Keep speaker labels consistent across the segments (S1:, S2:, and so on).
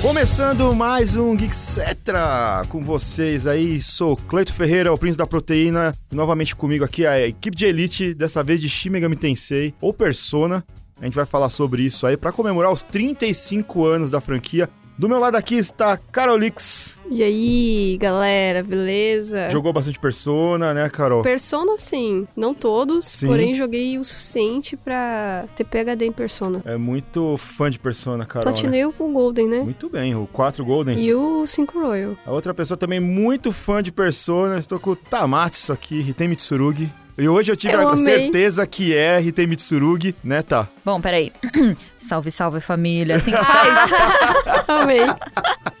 S1: Começando mais um Geek Cetra com vocês aí, sou Cleito Ferreira, o príncipe da proteína. E novamente comigo aqui é a equipe de elite, dessa vez de Shin Megami Tensei ou Persona. A gente vai falar sobre isso aí pra comemorar os 35 anos da franquia. Do meu lado aqui está Carolix.
S2: E aí, galera, beleza?
S1: Jogou bastante Persona, né, Carol?
S2: Persona, sim. Não todos,
S1: Sim.
S2: porém joguei o suficiente pra ter PHD em Persona.
S1: É muito fã de Persona, Carol. Né?
S2: Platinei o com o Golden, né?
S1: Muito bem, o 4 Golden.
S2: E o 5 Royal.
S1: A outra pessoa também muito fã de Persona, estou com o Tamatsu aqui, Hiten Mitsurugi. E hoje eu tive
S2: Eu
S1: a
S2: amei.
S1: certeza que é Hiten Mitsurugi, né, tá?
S3: Bom, peraí. salve, salve família. Assim que faz.
S2: Amei.
S4: Tá.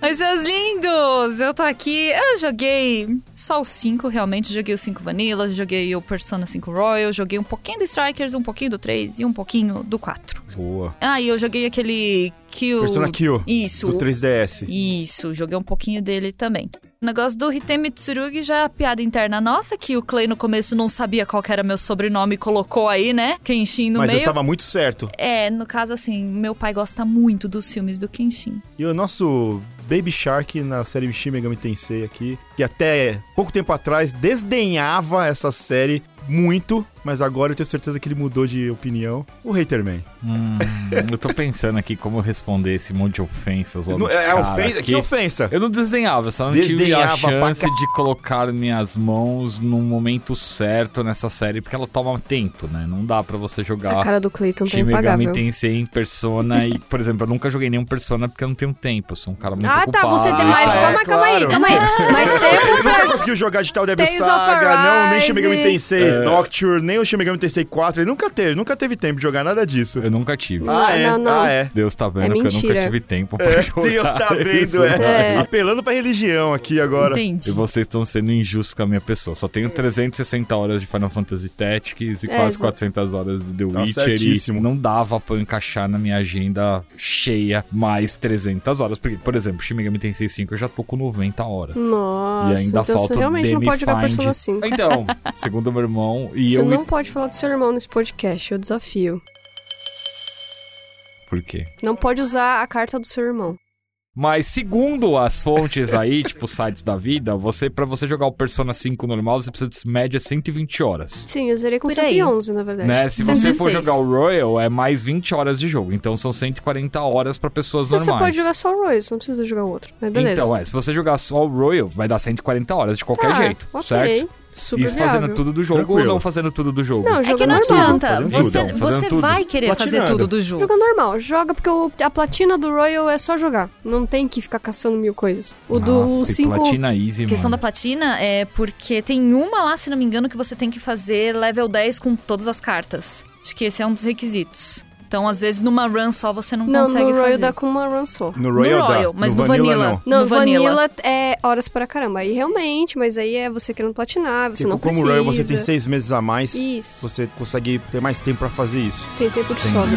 S3: Oi, seus lindos! Eu tô aqui. Eu joguei só os 5, realmente. Joguei o 5 Vanilla, joguei o Persona 5 Royal, joguei um pouquinho do Strikers, um pouquinho do 3 e um pouquinho do 4.
S1: Boa.
S3: Ah, e eu joguei aquele Kill.
S1: Persona Kill,
S3: Isso.
S1: do 3DS.
S3: Isso, joguei um pouquinho dele também. O negócio do Hitemi Tsurugi já é a piada interna nossa, que o Clay no começo não sabia qual que era meu sobrenome e colocou aí, né? Kenshin no
S1: Mas eu
S3: meio.
S1: estava muito certo.
S3: É, no caso assim, meu pai gosta muito dos filmes do Kenshin.
S1: E o nosso Baby Shark na série Shin Megami Tensei aqui, que até pouco tempo atrás desdenhava essa série muito, mas agora eu tenho certeza que ele mudou de opinião. O Haterman.
S4: Hum, eu tô pensando aqui como eu responder esse monte de ofensas. logo
S1: Não,
S4: de
S1: é
S4: cara
S1: ofensa?
S4: aqui.
S1: Que ofensa?
S4: Eu não desdenhava, só não
S1: Desdenhava
S4: tive
S1: pra
S4: a chance de colocar minhas mãos no momento certo nessa série, porque ela toma tempo, né? Não dá pra você
S2: A
S4: jogar
S2: cara do Clayton tá
S4: Shin Megami
S2: impagável.
S4: Tensei em Persona e, por exemplo, eu nunca joguei nenhum Persona porque eu não tenho tempo, eu sou um cara muito
S2: Ah,
S4: ocupado.
S2: tá, você tem mais.
S1: Ah, é,
S2: calma, calma aí,
S1: claro.
S2: calma aí. Mais tempo
S1: Ele nunca
S2: pra.
S1: conseguiu jogar de tal Devil
S2: Tales of
S1: Saga, não, nem
S2: Arise.
S1: Shin Megami Tensei Nocturne, nem o Shin Megami Tensei 4. Ele nunca teve, nunca teve tempo de jogar nada disso.
S4: Eu nunca tive.
S1: ah, é,
S2: não, não.
S1: ah, é.
S4: Deus tá vendo que eu nunca
S2: mentira.
S4: tive tempo pra jogar
S1: Deus tá
S4: isso. né?
S1: vendo, é.
S2: É.
S1: Apelando pra religião aqui agora.
S3: Entendi.
S4: E vocês estão sendo injustos com a minha pessoa. Só tenho 360 horas de Final Fantasy Tactics e
S2: É,
S4: quase
S2: exa-
S4: 400 horas de The
S1: Tá
S4: Witcher.
S1: certíssimo.
S4: E não dava pra eu encaixar na minha agenda cheia mais 300 horas. Porque, por exemplo, Shin Megami Tensei 5 eu já tô com 90 horas.
S2: Nossa,
S4: e ainda
S2: então
S4: falta
S2: você
S4: o
S2: realmente não
S4: Demi
S2: pode jogar
S4: Find.
S2: Persona 5.
S4: Então, segundo meu irmão, e
S2: Você
S4: eu...
S2: não pode falar do seu irmão nesse podcast, eu desafio.
S4: Por quê?
S2: Não pode usar a carta do seu irmão.
S4: Mas segundo as fontes aí, tipo sites da vida, você para você jogar o Persona 5 normal, você precisa de média 120 horas.
S2: Sim, eu zerei com
S3: Por aí.
S2: 111, na verdade.
S4: Né? Se você for
S3: 116.
S4: jogar o Royal, é mais 20 horas de jogo. Então são 140 horas pra pessoas
S2: Então Você
S4: normais.
S2: pode jogar só o Royce, não precisa jogar o outro. Mas beleza.
S4: Então, é, se você jogar só o Royal, vai dar 140 horas de qualquer
S2: Tá,
S4: jeito,
S2: ok.
S4: certo?
S2: Super
S4: Isso
S2: viável.
S4: fazendo tudo do jogo
S1: Tranquilo.
S4: ou não fazendo tudo do jogo?
S2: Não,
S3: É
S2: joga
S3: que não
S2: normal.
S3: adianta.
S1: fazendo
S3: Você,
S4: tudo.
S3: você
S4: Fazendo tudo.
S3: vai querer fazer
S1: Platinando.
S3: tudo do jogo.
S2: Joga normal, joga porque o- a platina do Royal é só jogar. Não tem que ficar caçando mil coisas. O do
S4: Nossa, e
S2: 5.
S4: Platina Easy,
S3: A questão da
S4: mano.
S3: platina é porque tem uma lá, se não me engano, que você tem que fazer level 10 com todas as cartas. Acho que esse é um dos requisitos. Então, às vezes, numa run só você não,
S2: Não,
S3: consegue
S2: no Royal
S3: fazer.
S2: dá com uma run só.
S1: No
S3: No
S1: Royal, dá,
S3: Royal, mas
S1: no
S3: no Vanilla.
S1: não.
S2: Não,
S3: No Vanilla.
S2: Vanilla é horas pra caramba. Aí realmente, mas aí é você querendo platinar,
S1: Porque
S2: você não
S1: Tipo, como
S2: precisa.
S1: o Royal você tem seis meses a mais,
S2: Isso.
S1: você consegue ter mais tempo pra fazer isso.
S2: Tem tempo de sobra.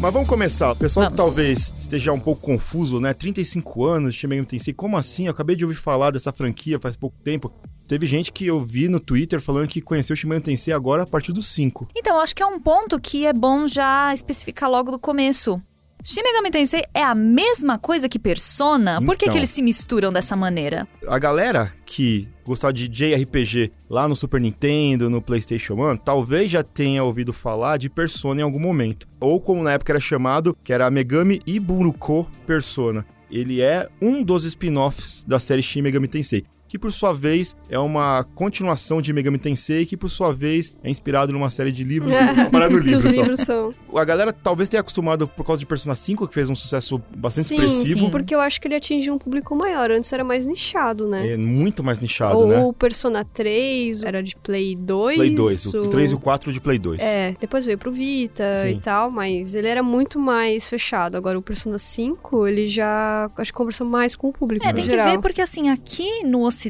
S1: Mas vamos começar. O pessoal
S3: Vamos.
S1: talvez esteja um pouco confuso, né? 35 anos, Shin Megami Tensei. Como assim? Eu acabei de ouvir falar dessa franquia faz pouco tempo. Teve gente que eu vi no Twitter falando que conheceu Shin Megami Tensei agora a partir dos 5.
S3: Então, acho que é um ponto que é bom já especificar logo do começo. Shin Megami Tensei é a mesma coisa que Persona? Por que,
S1: Então.
S3: que eles se misturam dessa maneira?
S1: A galera que gostava de JRPG lá no Super Nintendo, no PlayStation 1, talvez já tenha ouvido falar de Persona em algum momento. Ou como na época era chamado, que era Megami Iburuko Persona. Ele é um dos spin-offs da série Shin Megami Tensei, que por sua vez é uma continuação de Megami Tensei, que por sua vez é inspirado numa série de livros, para É no
S2: que
S1: livro
S2: os
S1: só.
S2: livros são.
S1: A galera talvez tenha acostumado por causa de Persona 5, que fez um sucesso bastante
S2: sim,
S1: expressivo.
S2: sim, porque eu acho que ele atingiu um público maior. Antes era mais nichado, né?
S1: É muito mais nichado,
S2: Ou
S1: né?
S2: o Persona 3, era de Play 2.
S1: Play 2. O 3 e o 4 de Play 2.
S2: É, depois veio pro Vita
S1: Sim.
S2: e tal, mas ele era muito mais fechado. Agora o Persona 5, ele já acho que conversou mais com o público.
S3: É,
S2: no
S3: tem que
S2: geral.
S3: ver, porque assim, aqui no ocidente,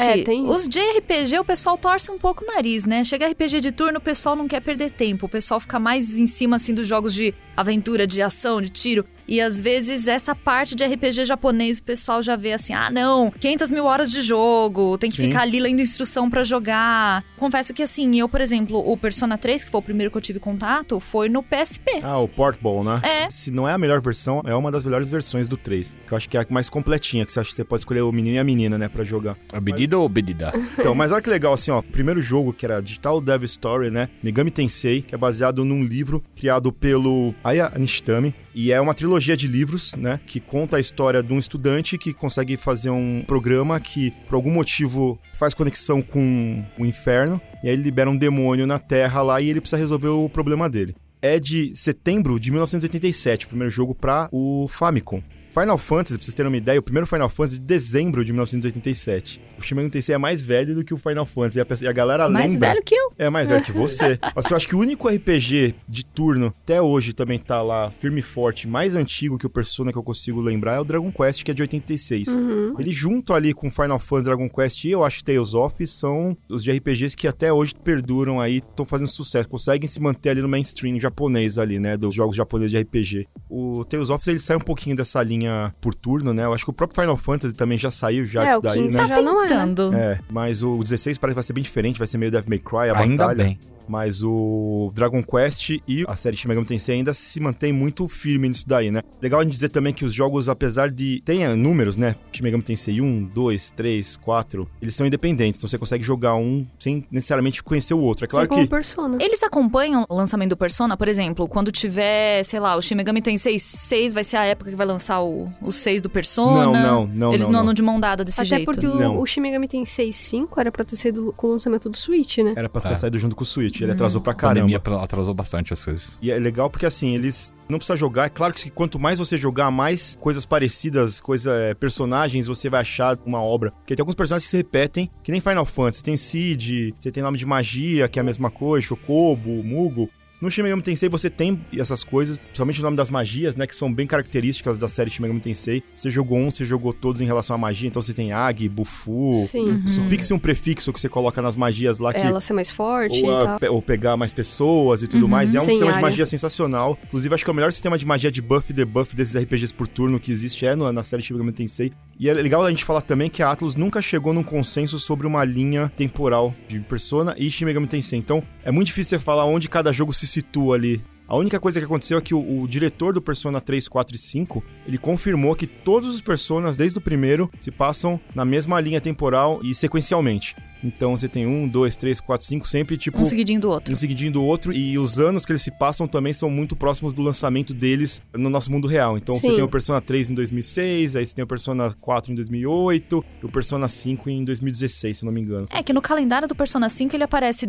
S2: É, tem
S3: os JRPG, o pessoal torce um pouco o nariz, né? Chega RPG de turno, o pessoal não quer perder tempo. O pessoal fica mais em cima, assim, dos jogos de aventura, de ação, de tiro. E às vezes essa parte de RPG japonês o pessoal já vê assim: ah, não, 500 mil horas de jogo, tem que
S1: Sim.
S3: ficar ali lendo instrução pra jogar. Confesso que assim, eu, por exemplo, o Persona 3, que foi o primeiro que eu tive contato, foi no PSP.
S1: Ah, o Portable, né?
S3: É.
S1: Se não é a melhor versão, é uma das melhores versões do 3. Que eu acho que é a mais completinha, que você acha que você pode escolher o menino e a menina, né, pra jogar.
S4: Obedida É ou obedida?
S1: Então, mas olha que legal, assim, ó. Primeiro jogo, que era Digital Dev Story, né? Megami Tensei, que é baseado num livro criado pelo Aya Nishitami. E é uma trilogia de livros, né? Que conta a história de um estudante que consegue fazer um programa que, por algum motivo, faz conexão com o inferno. E aí ele libera um demônio na Terra lá e ele precisa resolver o problema dele. É de setembro de 1987, o primeiro jogo pra o Famicom. Final Fantasy, pra vocês terem uma ideia, o primeiro Final Fantasy de dezembro de 1987. O Shimano Tensei é mais velho do que o Final Fantasy. E a, pessoa- e a galera
S3: Mais
S1: lembra.
S3: velho que eu.
S1: É mais velho que você. Assim, eu acho que o único RPG de turno, até hoje também tá lá, firme e forte, mais antigo que o Persona que eu consigo lembrar, é o Dragon Quest, que é de 86.
S2: Uhum.
S1: Ele junto ali com Final Fantasy, Dragon Quest e eu acho Tales of, são os de RPGs que até hoje perduram aí, estão fazendo sucesso, conseguem se manter ali no mainstream japonês ali, né, dos jogos japoneses de RPG. O Tales of, ele sai um pouquinho dessa linha por turno, né, eu acho que o próprio Final Fantasy também já saiu já
S2: é,
S1: disso
S2: o
S1: daí,
S2: 15
S1: né.
S2: já não é. né?
S3: Tentando.
S1: É, mas o 16 parece que vai ser bem diferente, vai ser meio Devil May Cry, a
S4: Ainda
S1: É batalha.
S4: been.
S1: Mas o Dragon Quest e a série Shin Megami Tensei ainda se mantém muito firme nisso daí, né? Legal a gente dizer também que os jogos, apesar de tenha números, né? Shin Megami Tensei 1, 2, 3, 4, eles são independentes, então você consegue jogar um sem necessariamente conhecer o outro. É claro
S2: Assim como
S1: que
S2: Persona.
S3: Eles acompanham o lançamento do Persona, por exemplo, quando tiver, sei lá, o Shin Megami Tensei 6 vai ser a época que vai lançar o, o 6 do Persona.
S1: Não, não, não,
S3: Eles
S1: não,
S3: não,
S1: não.
S3: andam de mão dada desse
S2: Até
S3: jeito.
S2: porque
S1: Não.
S2: o, o Shin Megami Tensei 5 era pra ter sido com o lançamento do Switch, né?
S1: era pra ter
S4: É.
S1: saído junto com o Switch, ele atrasou pra
S4: A pandemia
S1: caramba.
S4: atrasou bastante as coisas.
S1: E é legal porque assim, eles não precisa jogar. É claro que quanto mais você jogar, mais coisas parecidas, coisa, é, personagens você vai achar uma obra. Porque tem alguns personagens que se repetem, que nem Final Fantasy. Tem Cid, você tem nome de magia, que é a mesma coisa, Chocobo, Mugo. No Shin Megami Tensei você tem essas coisas, principalmente o nome das magias, né, que são bem características da série Shin Megami Tensei. Você jogou um, você jogou todos em relação à magia, então você tem Ag, Bufu,
S2: Sim. É,
S1: sufixo e um prefixo que você coloca nas magias lá que
S2: Ela ser mais
S1: É,
S2: forte
S1: ou,
S2: e
S1: a-
S2: tal. Uhum,
S1: pe- ou pegar mais pessoas e tudo mais. É um
S2: Sim,
S1: sistema de
S2: área.
S1: magia sensacional. Inclusive, acho que é o melhor sistema de magia de buff e debuff desses RPGs por turno que existe é no- na série Shin Megami Tensei. E é legal a gente falar também que a Atlus nunca chegou num consenso sobre uma linha temporal de Persona e Shin Megami Tensei. Então, é muito difícil você falar onde cada jogo se situa ali. A única coisa que aconteceu é que o, o diretor do Persona 3, 4 e 5, ele confirmou que todos os Personas, desde o primeiro, se passam na mesma linha temporal e sequencialmente. Então você tem um, dois, três, quatro, cinco, sempre tipo
S3: Um seguidinho do outro.
S1: um seguidinho do outro e os anos que eles se passam também são muito próximos do lançamento deles no nosso mundo real. Então você
S2: Sim.
S1: tem o Persona 3 em 2006, aí você tem o Persona 4 em 2008 e o Persona 5 em 2016, se eu não me engano.
S3: É que no calendário do Persona 5 ele aparece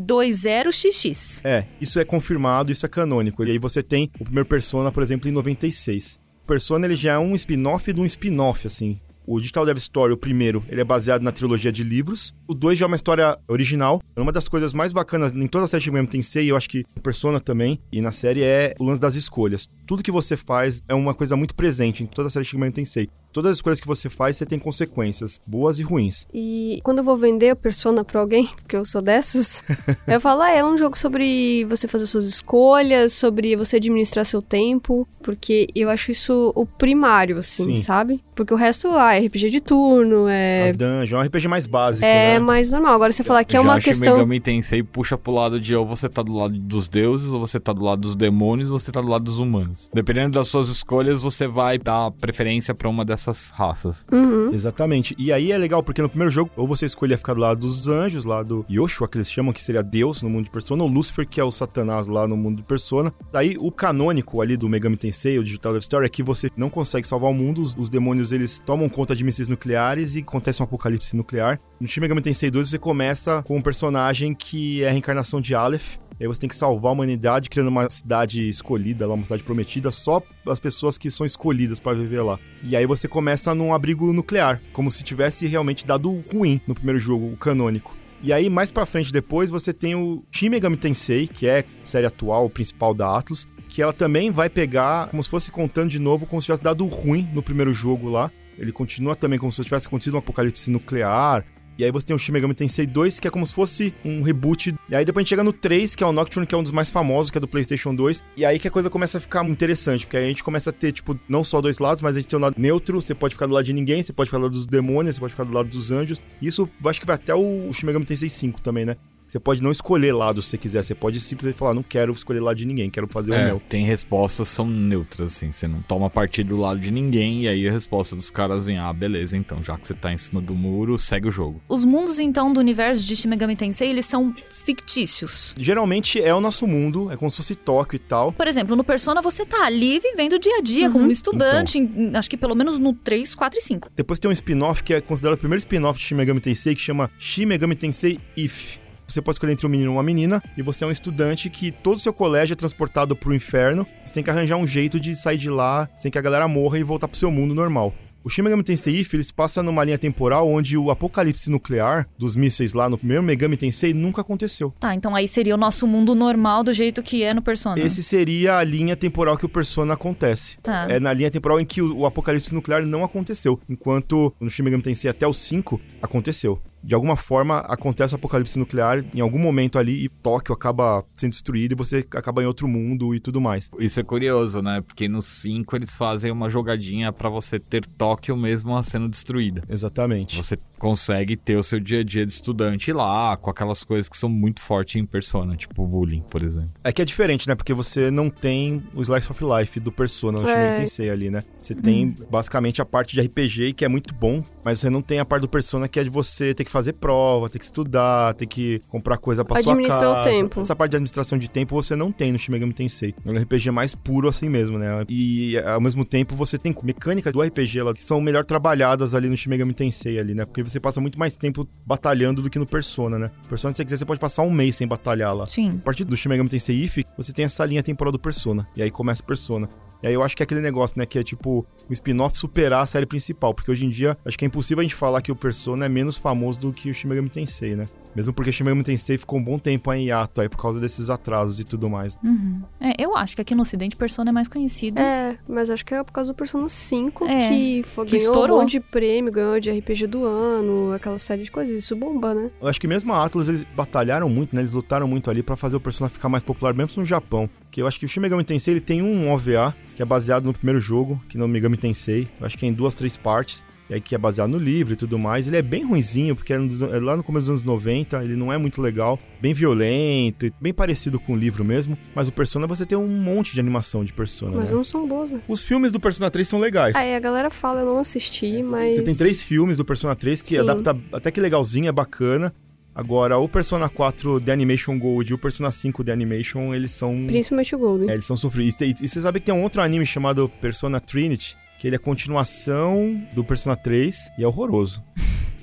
S3: 20XX.
S1: É, isso é confirmado, isso é canônico. E aí você tem o primeiro Persona, por exemplo, em 96. O Persona ele já é um spin-off de um spin-off, assim. O Digital Dev Story, o primeiro, ele é baseado na trilogia de livros. O 2 já é uma história original. Uma das coisas mais bacanas em toda a série Shin Megami Tensei, eu acho que o Persona também, e na série, é o lance das escolhas. Tudo que você faz é uma coisa muito presente em toda a série Shin Megami Tensei. Todas as escolhas que você faz, você tem consequências, boas e ruins.
S2: E quando eu vou vender a Persona pra alguém, porque eu sou dessas, eu falo, ah, é um jogo sobre você fazer suas escolhas, sobre você administrar seu tempo, porque eu acho isso o primário, assim,
S1: Sim.
S2: sabe? Porque o resto, ah, é RPG de turno, é,
S1: As dungeons, é um RPG mais básico,
S2: é
S1: né?
S2: mais normal. Agora você falar que é
S4: Já
S2: uma
S4: o Shin
S2: questão...
S4: Megami Tensei puxa pro lado de ou você tá do lado dos deuses, ou você tá do lado dos demônios, ou você tá do lado dos humanos. Dependendo das suas escolhas, você vai dar preferência pra uma dessas raças.
S2: Uhum.
S1: Exatamente. E aí é legal, porque no primeiro jogo, ou você escolhe ficar do lado dos anjos, lá do Yoshua, que eles chamam, que seria Deus no mundo de Persona, ou Lúcifer, que é o Satanás lá no mundo de Persona. Daí o canônico ali do Megami Tensei, o Digital Love Story, é que você não consegue salvar o mundo, os, os demônios eles tomam conta de mísseis nucleares e acontece um apocalipse nuclear. No Shin Megami Tensei 2, você começa com um personagem que é a reencarnação de Aleph, e aí você tem que salvar a humanidade criando uma cidade escolhida, lá, uma cidade prometida, só as pessoas que são escolhidas pra viver lá. E aí você começa num abrigo nuclear, como se tivesse realmente dado ruim no primeiro jogo, o canônico. E aí, mais pra frente depois, você tem o Shin Megami Tensei, que é a série atual, principal da Atlus, que ela também vai pegar como se fosse contando de novo, como se tivesse dado ruim no primeiro jogo lá. Ele continua também como se tivesse acontecido um apocalipse nuclear, E aí você tem o Shin Megami Tensei 2, que é como se fosse um reboot. E aí depois a gente chega no 3, que é o Nocturne, que é um dos mais famosos, que é do PlayStation 2. E aí que a coisa começa a ficar interessante, porque aí a gente começa a ter, tipo, não só dois lados, mas a gente tem um lado neutro, você pode ficar do lado de ninguém, você pode ficar do lado dos demônios, você pode ficar do lado dos anjos. E isso eu acho que vai até o Shin Megami Tensei 5 também, né? Você pode não escolher lado se você quiser, você pode simplesmente falar, não quero escolher lado de ninguém, quero fazer o
S4: É,
S1: meu.
S4: tem respostas que são neutras, assim. Você não toma partido do lado de ninguém, e aí a resposta dos caras vem, ah, beleza, então, já que você tá em cima do muro, segue o jogo.
S3: Os mundos, então, do universo de Shin Megami Tensei, eles são fictícios.
S1: Geralmente é o nosso mundo, é como se fosse Tóquio e tal.
S3: Por exemplo, no Persona você tá ali vivendo o dia a dia
S2: Uhum.
S3: como um estudante,
S1: Então.
S3: em- em- acho que pelo menos no 3, 4 e 5.
S1: Depois tem um spin-off que é considerado o primeiro spin-off de Shin Megami Tensei, que chama Shin Megami Tensei If. Você pode escolher entre um menino e uma menina, e você é um estudante que todo o seu colégio é transportado pro inferno. Você tem que arranjar um jeito de sair de lá sem que a galera morra e voltar pro seu mundo normal. O Shin Megami Tensei If, ele se passa numa linha temporal onde o apocalipse nuclear dos mísseis lá no primeiro Megami Tensei nunca aconteceu.
S3: Tá, então aí seria o nosso mundo normal do jeito que é no Persona.
S1: Esse seria a linha temporal que o Persona acontece.
S3: Tá.
S1: É na linha temporal em que o, o apocalipse nuclear não aconteceu, enquanto no Shin Megami Tensei até o 5 aconteceu. De alguma forma, acontece o apocalipse nuclear em algum momento ali e Tóquio acaba sendo destruído e você acaba em outro mundo e tudo mais.
S4: Isso é curioso, né? Porque no 5 eles fazem uma jogadinha pra você ter Tóquio mesmo sendo destruída.
S1: Exatamente.
S4: Você consegue ter o seu dia a dia de estudante lá, com aquelas coisas que são muito fortes em persona, tipo bullying, por exemplo.
S1: É que é diferente, né? Porque você não tem o Slice of Life do Persona no
S2: É. Uhum.
S1: Shin Megami Tensei ali, né? Você tem basicamente a parte de RPG, que é muito bom, mas você não tem a parte do Persona que é de você ter que fazer prova, ter que estudar, ter que comprar coisa pra sua casa.
S2: Administrar o tempo.
S1: Essa parte de administração de tempo você não tem no Shin Megami Tensei. É um RPG mais puro assim mesmo, né? E ao mesmo tempo você tem mecânicas do RPG lá que são melhor trabalhadas ali no Shin Megami Tensei ali, né? Porque você passa muito mais tempo batalhando do que no Persona, né? Persona, se você quiser, você pode passar um mês sem batalhar lá.
S3: Sim.
S1: A partir do Shin Megami Tensei If, você tem essa linha temporal do Persona. E aí começa o Persona. E aí eu acho que é aquele negócio, né? Que é tipo o spin-off superar a série principal. Porque hoje em dia, acho que é impossível a gente falar que o Persona é menos famoso do que o Shin Megami Tensei, né? Mesmo porque o Shin Megami Tensei ficou um bom tempo aí em hiato aí por causa desses atrasos e tudo mais.
S3: Uhum. É, eu acho que aqui no Ocidente Persona é mais conhecido.
S2: É, mas acho que é por causa do Persona 5
S3: É,
S2: que, foi,
S3: que
S2: ganhou
S3: estourou.
S2: um monte de prêmio, ganhou de RPG do ano, aquela série de coisas. Isso bomba, né?
S1: Eu acho que mesmo a Atlas, eles batalharam muito, né? Eles lutaram muito ali pra fazer o personagem ficar mais popular, mesmo no Japão. Porque eu acho que o Shin Megami Tensei, ele tem um OVA, que é baseado no primeiro jogo, que não é o Megami Tensei. Eu acho que é em duas, três partes. E aí que é baseado no livro e tudo mais. Ele é bem ruinzinho, porque é um dos- é lá no começo dos anos 90, ele não é muito legal. Bem violento, e bem parecido com o livro mesmo. Mas o Persona, você tem um monte de animação de Persona,
S2: Mas
S1: né?
S2: não são boas, né?
S1: Os filmes do Persona 3 são legais.
S2: Aí a galera fala, eu não assisti, mas.
S1: Você tem três filmes do Persona 3 que
S2: Sim.
S1: adapta até que legalzinho, é bacana. Agora, o Persona 4 The Animation Gold e o Persona 5 The Animation, eles são.
S2: Principalmente o Golden.
S1: É, eles são sofridos. E, e você sabe que tem um outro anime chamado Persona Trinity, que ele é continuação do Persona 3 e é horroroso.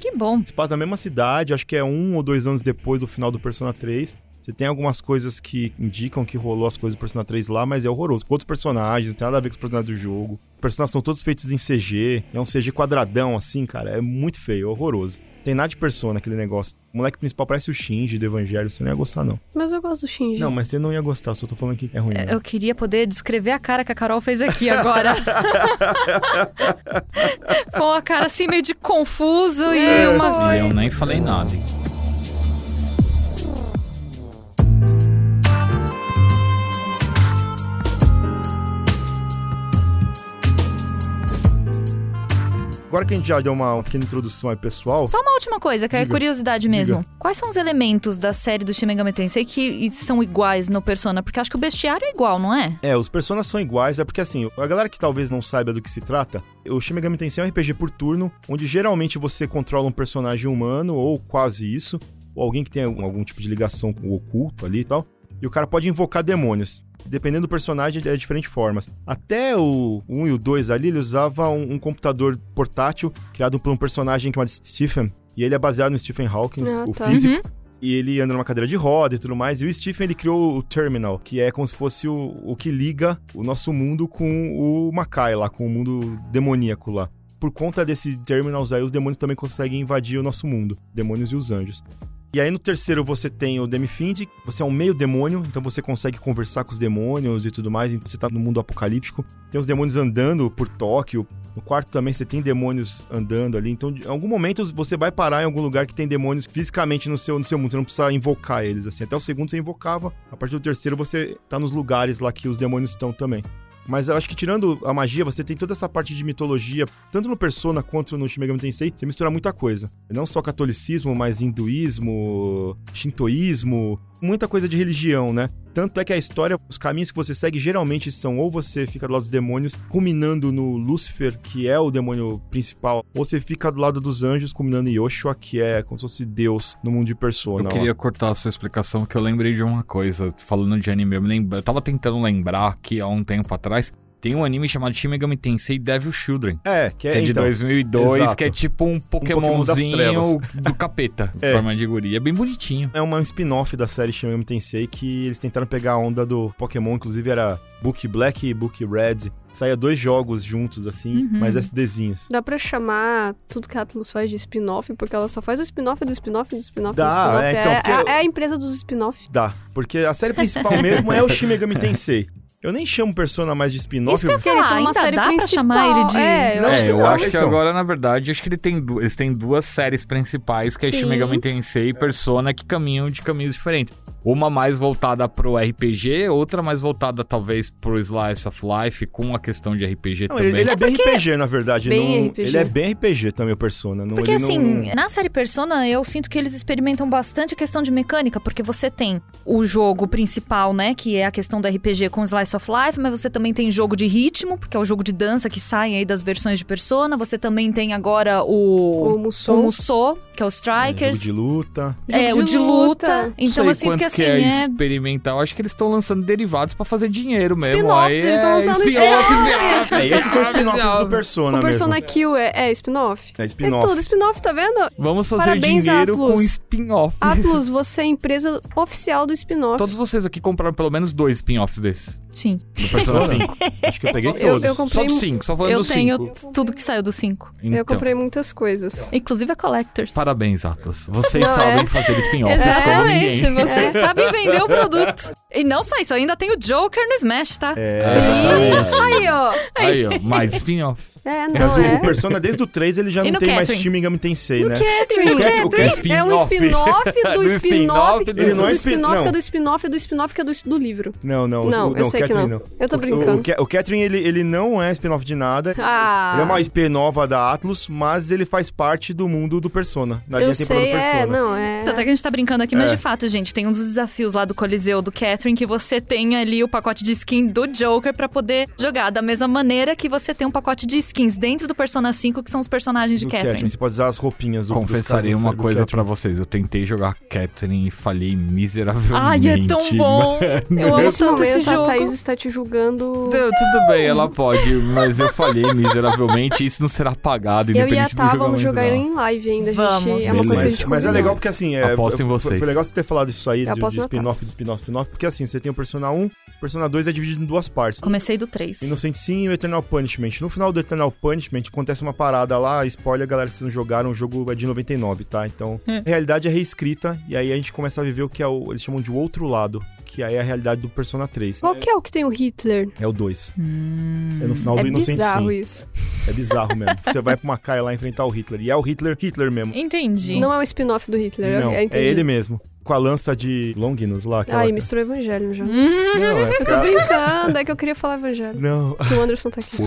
S3: Que bom.
S1: Se passa na mesma cidade, acho que é um ou dois anos depois do final do Persona 3. Você tem algumas coisas que indicam que rolou as coisas do Persona 3 lá, mas é horroroso. Com outros personagens, não tem nada a ver com os personagens do jogo. Os personagens são todos feitos em CG. É um CG quadradão, assim, cara. É muito feio, é horroroso. Tem nada de Persona aquele negócio. O moleque principal parece o Shinji do Evangelho. Você não ia gostar, não.
S2: Mas eu gosto do Shinji.
S1: Não, mas você não ia gostar. Só tô falando que é ruim. né?
S3: Eu queria poder descrever a cara que a Carol fez aqui agora. Foi uma cara assim meio de confuso e
S2: É,
S3: uma.
S4: E eu nem falei nada. hein?
S1: Agora que a gente já deu uma pequena introdução aí, pessoal.
S3: Só uma última coisa, que é
S1: Diga.
S3: curiosidade mesmo. Quais são os elementos da série do Shin Megami Tensei que e- são iguais no Persona? Porque acho que o bestiário é igual, não é?
S1: É, os personas são iguais, é porque assim, a galera que talvez não saiba do que se trata, o Shin Megami Tensei é um RPG por turno, onde geralmente você controla um personagem humano, ou quase isso, ou alguém que tem algum, algum tipo de ligação com o oculto ali e tal, e o cara pode invocar demônios. Dependendo do personagem, é de diferentes formas. Até o 1 e o 2 ali, ele usava um, um computador portátil criado por um personagem chamado Stephen, e ele é baseado no Stephen Hawking,
S2: Ah,
S1: o
S2: tá.
S1: físico e ele anda numa cadeira de roda e tudo mais. E o Stephen ele criou o Terminal, que é como se fosse o, o que liga o nosso mundo com o Makai lá, com o mundo demoníaco lá. Por conta desse Terminals aí, os demônios também conseguem invadir o nosso mundo, demônios e os anjos. E aí no terceiro você tem o Demifind, você é um meio demônio, então você consegue conversar com os demônios e tudo mais, então você tá no mundo apocalíptico. Tem os demônios andando por Tóquio, No quarto também você tem demônios andando ali. Então, em algum momento você vai parar em algum lugar que tem demônios fisicamente no seu, no seu mundo. Você não precisa invocar eles, assim. Até o segundo você invocava. A partir do terceiro você tá nos lugares lá que os demônios estão também. Mas eu acho que tirando a magia, você tem toda essa parte de mitologia, tanto no Persona quanto no Shin Megami Tensei, você mistura muita coisa. Não só catolicismo, mas hinduísmo, shintoísmo, muita coisa de religião, né? Tanto é que a história, os caminhos que você segue geralmente são ou você fica do lado dos demônios, culminando no Lúcifer, que é o demônio principal, ou você fica do lado dos anjos, culminando em Yoshua, que é como se fosse Deus no mundo de Persona.
S4: Eu
S1: ó.
S4: queria cortar a sua explicação, que eu lembrei de uma coisa. Falando de anime, eu, me lembra... eu tava tentando lembrar que há um tempo atrás tem um anime chamado Shin Megami Tensei Devil Children.
S1: É, que
S4: Que
S1: é,
S4: é, de
S1: então,
S4: 2002,
S1: exato.
S4: que é tipo um Pokémonzinho
S1: Pokémon
S4: do capeta, em
S1: É.
S4: forma de guria. É bem bonitinho.
S1: É uma spin-off da série Shin Megami Tensei que eles tentaram pegar a onda do Pokémon, inclusive era Book Black e Book Red. Saía dois jogos juntos, assim,
S3: Uhum.
S1: mas SDzinhos.
S2: Dá pra chamar tudo que a Atlus faz de spin-off, porque ela só faz o spin-off do spin-off do spin-off do
S1: Dá,
S2: spin-off.
S1: é, então, porque
S2: a-
S1: eu-
S2: é a empresa dos spin-off.
S1: Dá, porque a série principal mesmo é o Shin Megami Tensei. Eu nem chamo Persona mais de spin-off.
S3: Isso que eu ia
S2: Porque ele tá
S3: falar,
S2: numa
S3: Então, ainda
S2: série
S3: dá pra
S2: principal.
S3: chamar ele de-
S2: É, eu
S1: Não,
S2: acho
S4: é,
S1: que
S4: eu
S1: não,
S4: acho que
S1: então.
S4: agora, na verdade, acho que ele tem du- eles têm duas séries principais, que é Shin
S2: Sim.
S4: Megami Tensei e Persona, que caminham de caminhos diferentes. Uma mais voltada pro RPG, outra mais voltada talvez pro Slice of Life, com a questão de RPG
S1: Não,
S4: também.
S1: ele, ele é bem RPG, na verdade.
S2: Bem
S1: não-
S2: RPG.
S1: Ele é bem RPG também, o Persona. Não,
S3: Porque
S1: ele não- é um
S3: assim, na série Persona, eu sinto que eles experimentam bastante a questão de mecânica, porque você tem o jogo principal, né, que é a questão do RPG com Slice of Life, mas você também tem jogo de ritmo, porque é o jogo de dança que sai aí das versões de Persona, você também tem agora
S2: O
S3: o...
S2: Musou.
S3: o Musou, que é o
S1: é, jogo
S3: Strikers.
S1: de luta.
S2: Jogo
S3: é, o de luta. Então
S4: Não
S3: eu
S4: sei
S3: sinto que
S4: quanto
S3: assim,
S4: é,
S3: é...
S4: experimental. Acho que eles estão lançando derivados pra fazer dinheiro mesmo.
S2: Spin-offs,
S4: Aí
S2: eles estão
S4: é
S2: lançando
S4: spin-offs, né? spin-offs.
S1: É, esses são os spin-offs do Persona
S2: O
S1: mesmo.
S2: Persona Kill é, é spin-off.
S1: É
S2: É
S1: spin-off.
S2: tudo spin-off, tá vendo?
S4: Vamos fazer
S2: Parabéns,
S4: dinheiro
S2: Atlus.
S4: com spin-off.
S2: Atlus, você é a empresa oficial do spin-off.
S4: Todos vocês aqui compraram pelo menos dois spin-offs desses.
S3: Sim,
S4: Do Persona 5.
S1: Acho que eu peguei
S2: Eu- eu
S1: todos.
S2: comprei-
S4: Só dos 5, só falando
S3: eu
S4: dos 5.
S3: tenho tudo que saiu do 5.
S1: então.
S2: Eu comprei muitas coisas.
S3: Inclusive a Collectors.
S4: Parabéns, Atlas. Vocês
S2: Não,
S4: sabem
S2: é?
S4: fazer spin-offs como
S3: Exatamente,
S4: ninguém.
S3: vocês sabem vender o produto. E não só isso, ainda tem o Joker no Smash, tá?
S1: É, exatamente.
S2: Aí, ó.
S4: Aí, ó, mais spin-off.
S2: É,
S1: Mas
S2: não
S1: o- o
S2: é.
S1: Persona, desde o 3, ele já
S3: E
S1: não
S3: no
S1: tem mais
S3: Catherine?
S1: Shin Megami Tensei, né?
S2: Catherine.
S1: O Catherine- o Catherine
S2: É um spin-off do
S4: Do spin-off
S2: spin-off.
S4: do-
S1: Ele não é
S2: do
S1: spin-
S2: spin-off, que é
S1: não.
S2: do spin-off, é do spin-off, que é do, do livro.
S1: Não, não. o-
S2: Não,
S1: o,
S2: eu sei que
S1: Catherine
S2: não. Eu tô
S1: O- o-
S2: brincando.
S1: O, Ca- o Catherine, ele, ele não é spin-off de nada.
S2: Ah.
S1: Ele é uma spin nova da Atlus, mas ele faz parte do mundo do Persona. Da
S2: Eu
S1: linha temporal
S2: sei,
S1: do Persona.
S2: é, não, é.
S3: Tanto é que a gente tá brincando aqui, mas
S1: É.
S3: de fato, gente, tem um dos desafios lá do Coliseu do Catherine que você tem ali o pacote de skin do Joker pra poder jogar. Da mesma maneira que você tem um pacote de skins dentro do Persona 5, que são os personagens de
S1: Do
S3: Catherine.
S1: Catherine. Você pode usar as roupinhas do
S4: Confessarei
S1: dos caras do-
S4: uma
S1: do
S4: coisa
S1: Catherine.
S4: pra vocês. Eu tentei jogar Catherine e falhei miseravelmente.
S3: Ai, é tão bom! Eu amo
S2: Nesse
S3: tanto
S2: momento,
S3: esse
S2: a
S3: jogo.
S2: Thaís está te julgando.
S4: Não, tudo bem, ela pode, mas eu falhei miseravelmente. Isso não será apagado,
S2: Eu e a
S4: independente do
S2: Tá
S4: jogamento
S2: vamos jogar
S4: dela.
S2: em live ainda,
S3: Vamos.
S2: gente. É uma coisa que a
S1: mas,
S2: gente
S1: mas é
S2: combinou.
S1: legal porque assim. É,
S4: Aposto em
S1: foi-
S4: vocês.
S1: Foi legal você ter falado isso aí de,
S2: aposto
S1: de
S2: no Natal.
S1: spin-off, do spin-off, spin-off. Porque assim, você tem o Persona 1, o Persona 2 é dividido em duas partes.
S3: Comecei do 3.
S1: Innocent Sim e o Eternal Punishment. No final do Eternal Punishment acontece uma parada lá, spoiler, galera, se vocês não jogaram, o jogo é de 99, tá? Então, a realidade é reescrita e aí a gente começa a viver o que é o, eles chamam de o outro lado, que aí é a realidade do Persona 3.
S2: Qual que é o que tem o Hitler?
S1: É o 2. é no final
S2: é
S1: do Innocent
S2: bizarro
S1: Sim.
S2: isso.
S1: É bizarro mesmo. Você vai pra uma caia lá enfrentar o Hitler e é o Hitler, Hitler mesmo.
S3: Entendi.
S2: Não é um spin-off do Hitler,
S1: Não,
S2: eu- eu
S1: é
S2: entendi.
S1: ele mesmo. Com a lança de Longinus lá. aquela-
S2: Ai, misturou evangelho já.
S3: Uhum.
S1: Não, é
S2: Eu tô
S1: cara-
S2: brincando, é que eu queria falar evangelho.
S1: Não,
S2: Que o Anderson tá aqui.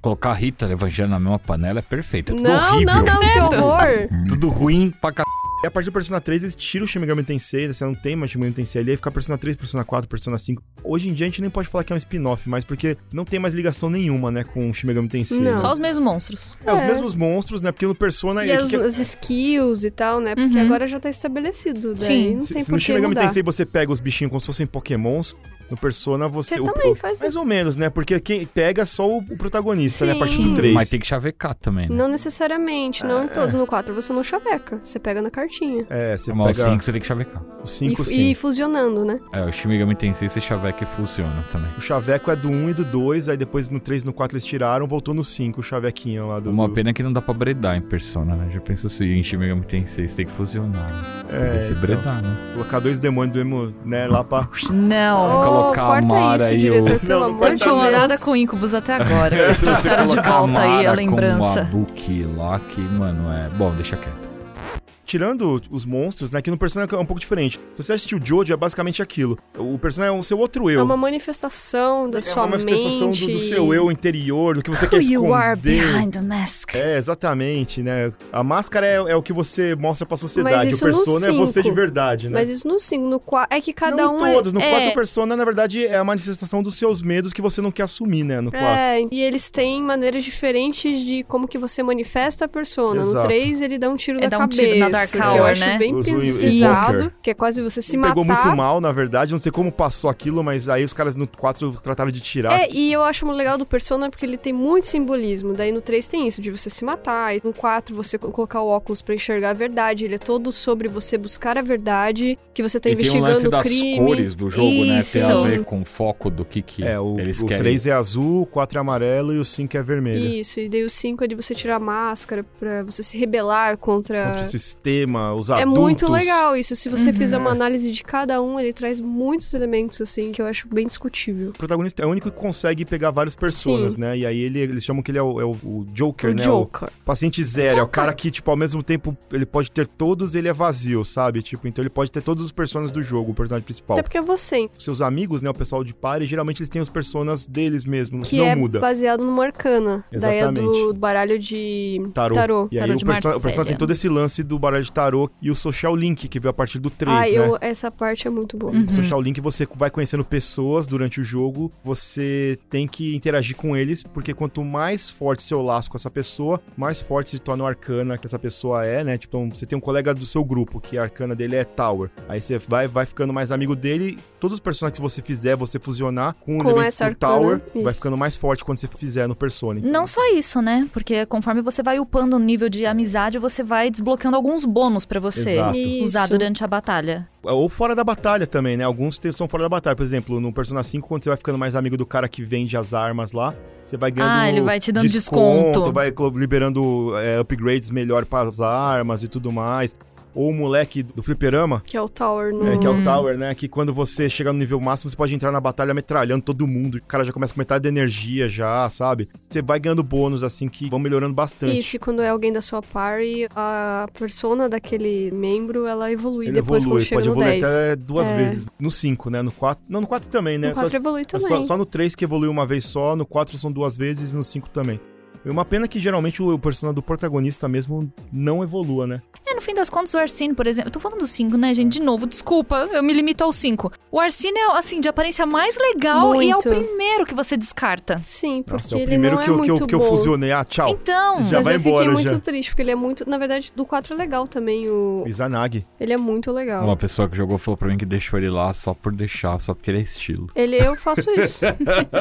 S4: Colocar Rita Evangelho na mesma panela é perfeito. É tudo
S2: Não,
S4: horrível.
S2: não, não, que horror.
S4: Tudo ruim pra c...
S1: E a partir do Persona 3, eles tiram o Shin Megami Tensei, né? você não tem mais Shin Megami Tensei ali, aí fica Persona 3, Persona 4, Persona 5. Hoje em dia a gente nem pode falar que é um spin-off, mas porque não tem mais ligação nenhuma, né, com o Shin Megami Tensei.
S2: Não.
S3: Só os mesmos monstros.
S1: É, os
S2: É.
S1: mesmos monstros, né, porque no Persona...
S2: E
S1: é que-
S2: as,
S1: que-
S2: as skills e tal, né? Porque
S3: Uhum.
S2: agora já tá estabelecido. Daí
S3: Sim.
S2: não tem
S1: se, se
S2: por
S1: no
S2: que
S1: Shin Megami
S2: mudar.
S1: Tensei você pega os bichinhos como se fossem pokémons, no Persona você...
S2: Você
S1: o-
S2: também
S1: o-
S2: faz
S1: mais
S2: isso.
S1: ou menos, né, porque quem pega é só o, o protagonista, né, a partir
S2: Sim.
S1: do 3.
S4: Mas tem que chavecar também, né?
S2: Não necessariamente, não em todos. No 4 você não chaveca, você pega na cartinha.
S1: É, você
S4: Mas o
S1: pega
S4: 5 você tem assim que chavecar.
S1: o
S2: E,
S1: 5,
S2: fu-
S1: sim.
S2: e fusionando, né?
S4: É, o Shimigami Tensei você chaveca e funciona também.
S1: O chaveco é do 1 e do 2, aí depois no 3 e no 4 eles tiraram, voltou no 5 o chavequinho lá do...
S4: Uma
S1: do...
S4: pena que não dá pra bredar em persona, né? Já pensou se em Shin Megami Tensei você tem que fusionar, né? Tem que se
S1: então.
S4: bredar, né?
S1: Colocar dois demônios do emo, né, lá pra...
S3: Não.
S2: Oh,
S4: colocar a
S2: corta
S4: Mara
S2: isso,
S4: e o-
S2: diretor, pelo
S1: Não, não
S2: amor
S3: Tô
S2: de
S1: corta não.
S3: incomodada
S2: Deus.
S3: com íncubos até agora. Vocês
S4: Se você
S3: trouxeram Tá de
S4: colocar
S3: volta aí a
S4: Mara como
S3: lembrança.
S4: Uma Buki lá que, mano, é. Bom, deixa quieto.
S1: Tirando os monstros, né? Que no Persona é um pouco diferente. Se você assistiu o Jojo, é basicamente aquilo. O Persona é o seu outro eu.
S2: É uma manifestação da
S1: É
S2: sua
S1: uma manifestação do-
S2: mente.
S1: do, seu eu interior, do que você quer
S3: you are
S1: esconder.
S3: behind the mask.
S1: É, exatamente, né? A máscara é, é o que você mostra pra sociedade.
S2: Mas
S1: o
S2: isso no
S1: persona é você de
S2: cinco.
S1: verdade, né?
S2: Mas isso no 5, no 4. É que cada
S1: não
S2: um
S1: em todos.
S2: é.
S1: No
S2: é,
S1: 4, o persona, na verdade, é a manifestação dos seus medos que você não quer assumir, né? No 4.
S2: É, e eles têm maneiras diferentes de como que você manifesta a persona.
S1: Exato.
S2: No 3, ele dá um tiro
S3: É,
S2: na
S3: dá um
S2: cabeça.
S3: tiro na Dark
S2: que eu
S3: Hour,
S2: acho
S3: né?
S2: bem
S1: Usa o
S2: pesado,
S1: Evoker.
S2: que é quase você se matar.
S1: Pegou muito mal, na verdade. Não sei como passou aquilo, mas aí os caras no 4 trataram de tirar.
S2: É, e eu acho legal do Persona porque ele tem muito simbolismo. Daí no 3 tem isso, de você se matar. E no 4 você co- colocar o óculos pra enxergar a verdade. Ele é todo sobre você buscar a verdade, que você tá
S4: e tem o
S2: investigando
S4: lance
S2: o
S4: das
S2: crime.
S4: cores do jogo, né? Tem a
S3: Isso.
S4: ver com o foco do que, que
S1: É, o,
S4: eles
S1: o
S4: querem.
S1: 3 é azul, o 4 é amarelo e o 5 é vermelho.
S2: Isso, e daí o 5 é de você tirar a máscara pra você se rebelar contra.
S1: Contra o É um sistema, os
S2: ah, é
S1: adultos.
S2: muito legal isso. Se você
S3: Uhum.
S2: fizer uma análise de cada um, ele traz muitos elementos, assim, que eu acho bem discutível.
S1: O protagonista é o único que consegue pegar vários personas,
S2: Sim.
S1: né? E aí ele, eles chamam que ele é o, é o- o Joker,
S2: o
S1: né?
S2: Joker.
S1: O paciente zero. É o cara que, tipo, ao mesmo tempo, ele pode ter todos e ele é vazio, sabe? Tipo, então ele pode ter todos os personagens do jogo, o personagem principal.
S2: Até porque é você,
S1: Seus amigos, né? O pessoal de party, geralmente eles têm os personas deles mesmo.
S2: que
S1: não
S2: é
S1: muda.
S2: baseado numa arcana. Daí é do
S1: Exatamente.
S2: baralho de
S1: Tarô.
S2: tarô,
S1: E aí
S3: tarô
S1: o,
S3: de
S1: perso- o personagem
S3: Marsella.
S1: tem todo esse lance do baralho de tarô e o social link que veio a partir do 3,
S2: Ai,
S1: né?
S2: Ah, eu, essa parte é muito boa.
S3: Uhum.
S1: No Social Link você vai conhecendo pessoas durante o jogo, você tem que interagir com eles, porque quanto mais forte seu laço com essa pessoa, mais forte se torna o arcana que essa pessoa é, né? Tipo, um- você tem um colega do seu grupo que a arcana dele é Tower. Aí você vai, vai ficando mais amigo dele, todos os personagens que você fizer, você fusionar com, o
S2: Com
S1: elemento
S2: essa
S1: do Tower,
S2: arcana, isso.
S1: vai ficando mais forte quando você fizer no Persona.
S3: Não só isso, né? Porque conforme você vai upando o nível de amizade, você vai desbloqueando alguns bônus pra você
S1: Exato.
S2: Isso.
S3: usar durante a batalha.
S1: Ou fora da batalha também, né? Alguns te- são fora da batalha. Por exemplo, no Persona 5, quando você vai ficando mais amigo do cara que vende as armas lá, você vai ganhando.
S3: Ah, ele vai te dando desconto.
S1: Vai clo- liberando é, upgrades melhor para as armas e tudo mais. Ou o moleque do fliperama.
S2: Que é o Tower no.
S1: é, que é o
S3: Hum.
S1: Tower, né? Que quando você chega no nível máximo, você pode entrar na batalha metralhando todo mundo. O cara já começa com metade da energia já, sabe? Você vai ganhando bônus, assim, que vão melhorando bastante.
S2: Isso, e quando é alguém da sua party, a persona daquele membro, ela evolui
S1: Ele
S2: depois
S1: evolui,
S2: quando chega
S1: pode
S2: no
S1: evoluir
S2: 10.
S1: até duas
S2: É.
S1: vezes. No 5, né? No 4. Não, no 4 também, né?
S2: No
S1: Só-
S2: 4 evolui
S1: É
S2: também.
S1: Só, só no 3 que evoluiu uma vez só, no 4 são duas vezes e no 5 também. É uma pena que geralmente o personagem do protagonista mesmo não evolua, né?
S3: É, no fim das contas, o Arsene, por exemplo. Eu tô falando do 5, né, gente? De novo, desculpa, eu me limito ao 5. O Arsene é, assim, de aparência mais legal e é o
S2: Muito.
S3: primeiro que você descarta.
S2: Sim, porque
S1: Nossa, é o
S2: ele
S1: primeiro
S2: não é
S1: que, eu, que, eu,
S2: muito
S1: que eu
S2: bom.
S1: fusionei. Ah, tchau.
S3: Então,
S1: Já
S2: Mas
S1: vai
S2: eu fiquei
S1: embora,
S2: muito
S1: já.
S2: triste, porque ele é muito. Na verdade, do 4 é legal também. O...
S1: Izanagi.
S2: Ele é muito legal.
S4: Uma pessoa que jogou falou pra mim que deixou ele lá só por deixar, só porque ele é estilo.
S2: Ele, eu faço
S1: É,
S2: isso.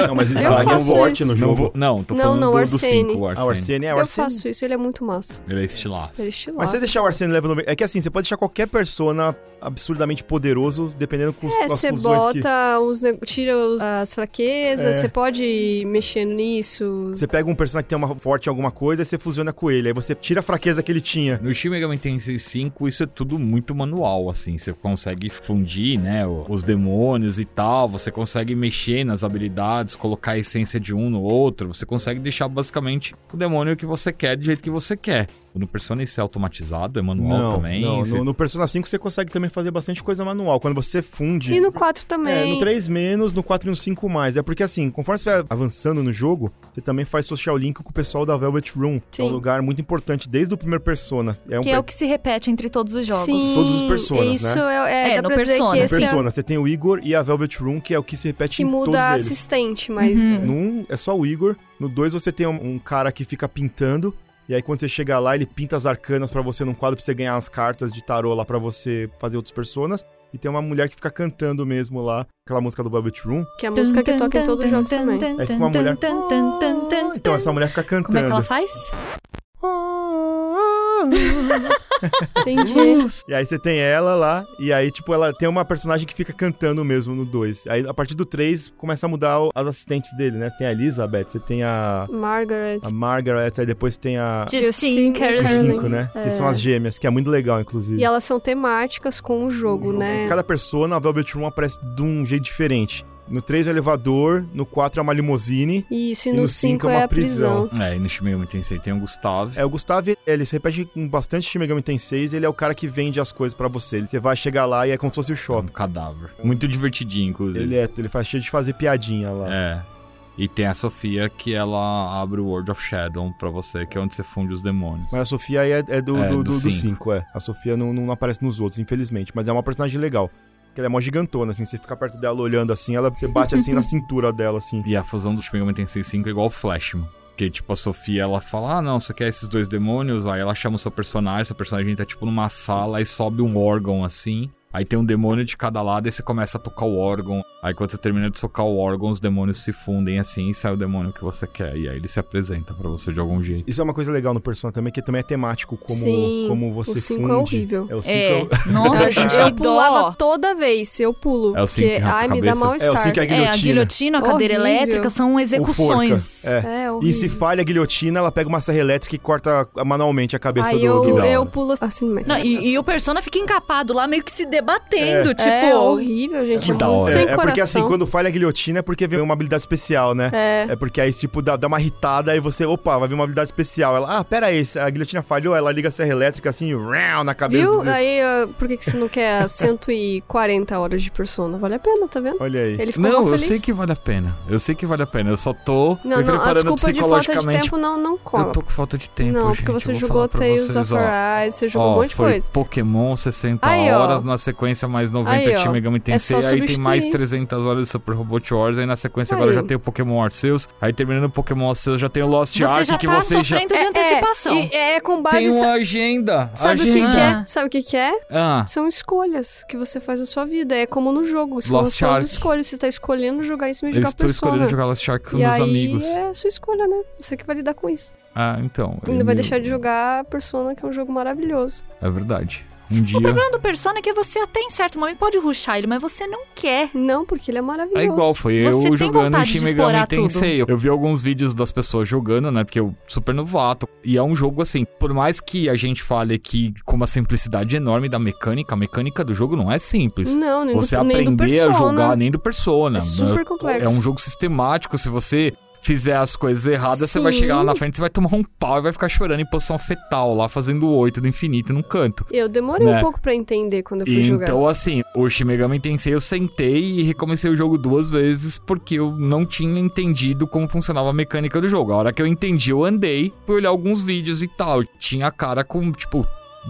S1: Não, mas
S2: Izanagi
S1: Izanagi
S2: é
S1: é
S2: um
S1: um
S2: faço forte
S1: forte
S2: isso. no
S1: no
S4: Não,
S1: jogo.
S4: vou, não tô
S2: Não,
S4: falando
S2: não,
S4: do-
S2: o
S4: do
S2: Arsene.
S4: 5, o
S1: Ah, o
S4: Arsene.
S1: Arsene é o
S2: eu
S1: Arsene.
S2: faço isso, ele é muito massa.
S4: Ele é estilaço.
S2: Ele é estiloso.
S1: Mas se você deixar o Arsene level 90... É que assim, você pode deixar qualquer persona absurdamente poderoso, dependendo com os,
S2: É,
S1: com as
S2: você
S1: fusões
S2: bota
S1: que...
S2: os. ne- Tira os- as fraquezas,
S1: É.
S2: você pode mexer nisso.
S1: Você pega um personagem que tem uma forte em alguma coisa e você fusiona com ele. Aí você tira a fraqueza que ele tinha.
S4: No Shin Megami Tensei 5, isso é tudo muito manual, assim. Você consegue fundir, né, o- os demônios e tal. Você consegue mexer nas habilidades, colocar a essência de um no outro. Você consegue deixar, basicamente, o demônio que você quer, do jeito que você quer. No Persona isso é automatizado, é manual
S1: Não,
S4: também.
S1: não.
S4: você-
S1: No, no Persona 5 você consegue também fazer bastante coisa manual. Quando você funde...
S2: E no 4
S1: É,
S2: também.
S1: no 3 menos, no 4 e no 5 mais. É porque assim, conforme você vai avançando no jogo, você também faz social link com o pessoal da Velvet Room. Que é um
S2: Sim.
S1: lugar muito importante desde o primeiro Persona. É um
S3: que é o que se repete entre todos os jogos.
S2: Sim,
S1: todos os personas, né?
S2: isso é, é,
S3: É,
S2: dá
S3: no
S2: pra dizer que
S3: Persona.
S2: esse é
S1: um Persona. Você tem o Igor e a Velvet Room, que é o que se repete
S2: que
S1: em todos
S2: muda a
S1: eles.
S2: assistente, mas
S3: Uhum.
S1: No 1 é só o Igor, no 2 você tem um, um cara que fica pintando. E aí quando você chega lá, ele pinta as arcanas pra você num quadro pra você ganhar as cartas de tarô lá pra você fazer outras personas. E tem uma mulher que fica cantando mesmo lá, aquela música do Velvet Room.
S2: que é a música que toca em todos os jogos também.
S1: Aí fica É uma mulher. Ah, então essa mulher fica cantando.
S3: Como é que ela faz?
S2: Entendi.
S1: E aí você tem ela lá, e aí, tipo, ela tem uma personagem que fica cantando mesmo no 2. Aí, a partir do 3, começa a mudar o- as assistentes dele, né? Você tem a Elizabeth, você tem a,
S2: Margaret.
S1: a Margaret, aí depois tem a...
S2: Justine
S1: o
S2: Caroline.
S1: cinco, né?
S2: É.
S1: Que são as gêmeas, que é muito legal, inclusive.
S2: E elas são temáticas com o jogo, né?
S1: Cada persona, a Velvet Room aparece de um jeito diferente. No 3 é o elevador, no 4 é uma limousine.
S2: Isso, e, no 5 é a prisão.
S4: É, e no Shin Megami Tensei tem o Gustavo.
S1: É, o Gustavo, ele se repete com bastante Shin Megami Tensei, ele é o cara que vende as coisas pra você. Ele- Você vai chegar lá e é como se fosse o
S4: um
S1: shopping.
S4: cadáver. Muito divertidinho, inclusive.
S1: Ele é, ele faz cheio de fazer piadinha lá.
S4: É. E tem a Sofia que ela abre o World of Shadow pra você, que é onde você funde os demônios.
S1: Mas a Sofia aí é, é do 5,
S4: É,
S1: do,
S4: do
S1: do- do
S4: cinco.
S1: cinco, é. A Sofia não, não aparece nos outros, infelizmente. Mas é uma personagem legal. Porque ela é mó gigantona, assim. Você fica perto dela olhando assim, ela, você bate assim na cintura dela, assim.
S4: E a fusão do Shin Megami Tensei 5 é igual o Flashman. Que, tipo, a Sofia, ela fala, ah, não, você quer esses dois demônios? Aí ela chama o seu personagem, seu personagem tá, tipo, numa sala, aí sobe um órgão, assim. Aí tem um demônio de cada lado, e você começa a tocar o órgão. Aí quando você termina de tocar o órgão, os demônios se fundem, assim, e sai o demônio que você quer. E aí ele se apresenta pra você de algum jeito.
S1: Isso é uma coisa legal no Persona também, que também é temático, como,
S2: Sim,
S1: como você
S2: o cinco
S1: funde.
S2: é horrível.
S1: É, o 5
S3: É.
S1: é, o-
S3: Nossa,
S2: eu,
S3: gente,
S2: eu
S3: que
S2: pulava
S3: dó.
S2: toda vez, eu pulo.
S4: É o cinco
S2: porque,
S4: que arranca a
S2: ai, me dá
S1: é
S4: cabeça.
S1: o cinco é
S2: mal-estar.
S1: a
S3: É,
S1: guilhotina.
S3: a guilhotina, a cadeira
S2: Horrível.
S3: elétrica são execuções.
S1: É.
S2: É,
S1: E
S2: horrível.
S1: se falha a guilhotina, ela pega uma serra elétrica e corta manualmente a cabeça
S2: Aí
S1: do
S2: eu,
S1: do Ghidorah.
S2: eu pulo assim, mas...
S3: Não, e, e o Persona fica encapado lá, meio que se debatendo, tipo...
S2: É horrível, gente.
S4: Que
S2: muito
S4: da hora.
S1: É,
S2: sem
S1: é
S2: coração.
S1: porque assim, quando falha a guilhotina é porque vem uma habilidade especial, né?
S2: É.
S1: porque aí, tipo, dá, dá uma irritada, aí você, opa, vai vir uma habilidade especial. Ela, ah, pera aí, se a guilhotina falhou, ela liga a serra elétrica assim, round, na cabeça.
S2: Viu?
S1: do-
S2: Aí, ah, por que, que você não quer 140 horas de Persona? Vale a pena, tá vendo?
S1: Olha aí.
S2: Ele ficou
S4: Não,
S2: mó
S4: eu
S2: feliz.
S4: sei que vale a pena. Eu sei que vale a pena. Eu só tô
S2: Não,
S4: me
S2: não, a
S4: preparando
S2: desculpa é de falta de
S4: psicologicamente.
S2: tempo não, não cola.
S4: Eu tô com falta de tempo,
S2: não,
S4: gente.
S2: porque você
S4: eu vou
S2: jogou
S4: falar pra
S2: Tales
S4: vocês,
S2: of
S4: ó.
S2: Arise, você jogou um
S4: Ó,
S2: monte de
S4: foi
S2: coisa.
S4: Pokémon 60
S2: Aí, ó.
S4: horas, na sequência mais 90
S2: Aí, ó. É
S4: Shin Megami Tensei,
S2: só
S4: aí tem
S2: substituir.
S4: mais 300 horas de Super Robot Wars, aí na sequência agora
S2: Aí.
S4: já tem o Pokémon Arceus, aí terminando o Pokémon Arceus já tem o Lost
S3: Você
S4: Ark
S3: já
S4: que
S3: tá
S4: você já
S3: sofrendo de antecipação.
S2: É, e- é com base.
S4: tem
S2: sa-
S4: uma agenda.
S2: Sabe o
S4: agenda.
S2: que, que
S3: Ah.
S2: é? Sabe o que, que é?
S4: Ah,
S2: São escolhas que você faz na sua vida. É como no jogo. São
S4: Lost
S2: as suas
S4: Ark.
S2: escolhas. Você tá escolhendo jogar isso e
S4: eu
S2: jogar
S4: estou
S2: Persona.
S4: escolhendo jogar Lost Ark com
S2: e
S4: meus
S2: aí
S4: amigos.
S2: é a sua escolha, né? Você que vai lidar com isso.
S4: Ah, então.
S2: E não vai
S4: eu-
S2: deixar de jogar Persona, que é um jogo maravilhoso.
S4: É verdade. Um dia.
S3: O problema do Persona é que você até em certo momento pode ruxar ele, mas você não quer.
S2: Não, porque ele é maravilhoso.
S4: É igual, foi
S3: Você tem
S4: eu jogando
S3: vontade
S4: Shin
S3: de
S4: Megami
S3: explorar tudo?
S4: Tensei. Eu vi alguns vídeos das pessoas jogando, né? Porque eu super novato. E é um jogo assim, por mais que a gente fale que com uma simplicidade enorme da mecânica, a mecânica do jogo não é simples.
S2: Não, Hum, nem
S4: Você
S2: do, nem do
S4: aprender a
S2: Persona.
S4: jogar nem do Persona.
S2: É super complexo.
S4: É um jogo sistemático, se você fizer as coisas erradas, você vai
S2: Sim.
S4: chegar lá na frente, você vai tomar um pau e vai ficar chorando em posição fetal lá, fazendo oito do infinito num canto.
S2: Eu demorei
S4: né?
S2: um pouco pra entender quando eu fui
S4: E
S2: jogar.
S4: Então, assim, o Shin Megami Tensei eu sentei e recomecei o jogo duas vezes porque eu não tinha entendido como funcionava a mecânica do jogo. A hora que eu entendi, eu andei, fui olhar alguns vídeos e tal. Tinha cara com, tipo,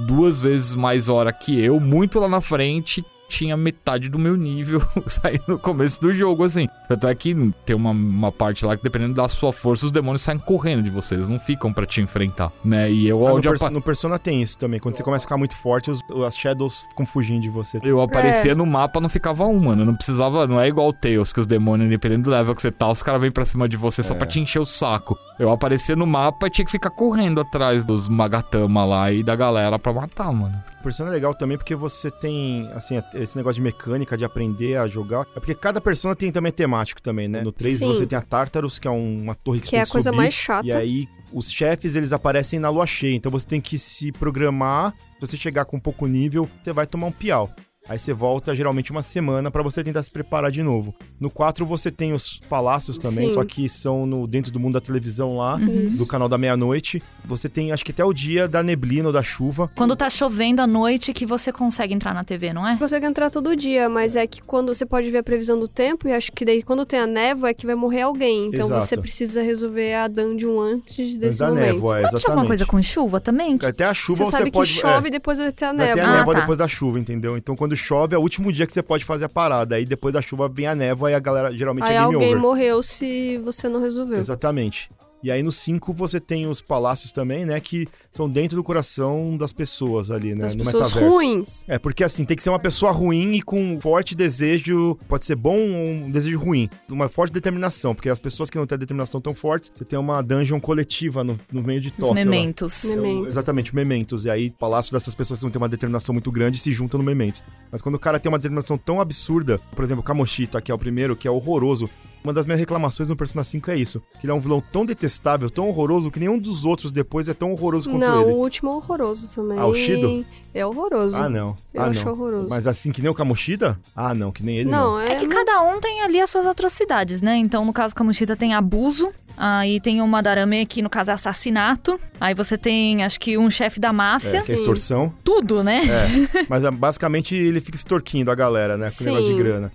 S4: duas vezes mais hora que eu, muito lá na frente. Tinha metade do meu nível sair no começo do jogo, assim. Tanto é que tem uma, uma parte lá que, dependendo da sua força, os demônios saem correndo de você. Eles não ficam pra te enfrentar, né? E eu,
S1: Ah, no,
S4: onde
S1: Perso-
S4: apa-
S1: no Persona tem isso também. Quando você começa a ficar muito forte, os- as Shadows ficam fugindo de você.
S4: Eu
S2: É.
S4: aparecia no mapa, não ficava um, mano. Não precisava, não é igual o Tails, que os demônios, dependendo do level que você tá, os caras vêm pra cima de você só pra te encher o saco. Eu aparecia no mapa e tinha que ficar correndo atrás dos Magatama lá e da galera pra matar, mano.
S1: Persona é legal também porque você tem, assim, esse negócio de mecânica, de aprender a jogar. É porque cada Persona tem também temático também, né? No 3
S2: Sim.
S1: você tem a Tartarus, que é um- uma torre que, você
S2: que é
S1: tem
S2: a
S1: que
S2: coisa
S1: subir.
S2: mais chata.
S1: E aí, os chefes, eles aparecem na lua cheia. Então, você tem que se programar. Se você chegar com pouco nível, você vai tomar um piau. Aí você volta geralmente uma semana pra você tentar se preparar de novo. No 4 você tem os palácios também,
S2: Sim. Uhum.
S1: só que são no dentro do mundo da televisão lá,
S2: Isso.
S1: do canal da meia-noite. Você tem acho que até o dia da neblina ou da chuva.
S3: Quando tá chovendo à noite que você consegue entrar na TV, não é?
S2: consegue entrar todo dia, mas é que quando você pode ver a previsão do tempo, e acho que daí quando tem a névoa é que vai morrer alguém. Então
S1: Exato.
S2: você precisa resolver a dungeon antes
S1: Antes
S2: desse
S1: da
S2: momento.
S1: névoa, é,
S3: Pode
S1: exatamente.
S3: tinha alguma coisa com chuva também? Que-
S1: Até a chuva
S2: Você,
S1: você,
S2: sabe
S1: pode.
S2: que
S1: é,
S2: chove e depois vai ter a
S1: vai ter
S2: névoa.
S1: a névoa
S3: Ah, tá.
S1: depois da chuva, entendeu? Então quando chove é o último dia que você pode fazer a parada. Aí depois da chuva vem a névoa e a galera geralmente é
S2: Aí
S1: game
S2: alguém
S1: over.
S2: morreu se você não resolveu.
S1: Exatamente. E aí no 5 você tem os palácios também, né? Que são dentro do coração das pessoas ali, né?
S2: Das
S1: no
S2: pessoas
S1: metaverso.
S2: ruins.
S1: É, porque assim, tem que ser uma pessoa ruim e com um forte desejo, pode ser bom ou um desejo ruim, uma forte determinação, porque as pessoas que não têm determinação tão forte, você tem uma dungeon coletiva no, no meio de
S3: Os
S1: Tóquio. lá.
S3: mementos.
S1: São-
S2: Mementos.
S1: Exatamente, mementos. E aí, o palácio dessas pessoas que não tem uma determinação muito grande se juntam no mementos. Mas quando o cara tem uma determinação tão absurda, por exemplo, Kamoshita, que é o primeiro, que é horroroso, Uma das minhas reclamações no Persona 5 é isso. Que ele é um vilão tão detestável, tão horroroso, que nenhum dos outros depois é tão horroroso quanto
S2: Não,
S1: ele.
S2: o último é horroroso também.
S1: Ah, o Shido?
S2: É horroroso.
S1: Ah, não.
S2: Eu
S1: ah,
S2: acho
S1: não.
S2: horroroso.
S1: Mas assim que nem o Kamoshida? Ah, não, que nem ele não.
S2: não, é...
S3: É que cada um tem ali as suas atrocidades, né? Então, no caso, Kamushita tem abuso. Aí tem o Madarame, que no caso é assassinato. Aí você tem, acho que, um chefe da máfia.
S1: É, que é extorsão.
S3: Tudo, né?
S1: É. Mas ah, basicamente ele fica extorquindo a galera, né? Com o negócio de
S2: Sim.
S1: grana.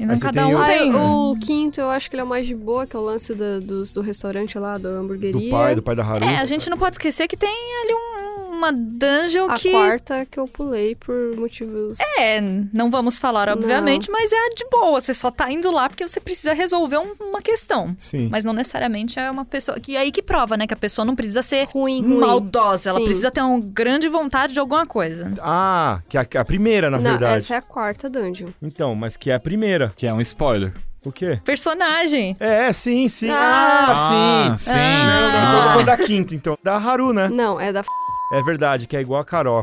S3: Então,
S1: Aí né? você
S3: cada
S1: tem
S3: um
S1: o-
S2: Ah,
S3: tem.
S2: o quinto eu acho que ele é o mais de boa, que é o lance da- dos, do restaurante lá, da hamburgueria.
S1: Do pai, do pai da Haru.
S3: É, a gente não pode esquecer que tem ali um- uma dungeon
S2: A
S3: que.
S2: quarta que eu pulei por motivos...
S3: É, não vamos falar,
S2: Não.
S3: obviamente, mas é a de boa. Você só tá indo lá porque você precisa resolver um- uma questão.
S1: Sim.
S3: Mas não necessariamente é uma pessoa. E aí que prova, né? Que a pessoa não precisa ser
S2: Ruim, ruim.
S3: maldosa. Ela
S2: Sim.
S3: precisa ter uma grande vontade de alguma coisa.
S1: Ah, que é a, a primeira, na
S2: Não,
S1: verdade.
S2: essa é a quarta dungeon.
S1: Então, mas que é a primeira.
S4: Que é um spoiler.
S1: O quê?
S3: Personagem.
S1: É, é, sim, sim.
S2: Ah,
S1: sim.
S4: sim.
S3: Ah.
S1: Então eu tô falando da quinta, então. Da Haru, né?
S2: Não, é da f...
S1: É verdade, que é igual a Carol.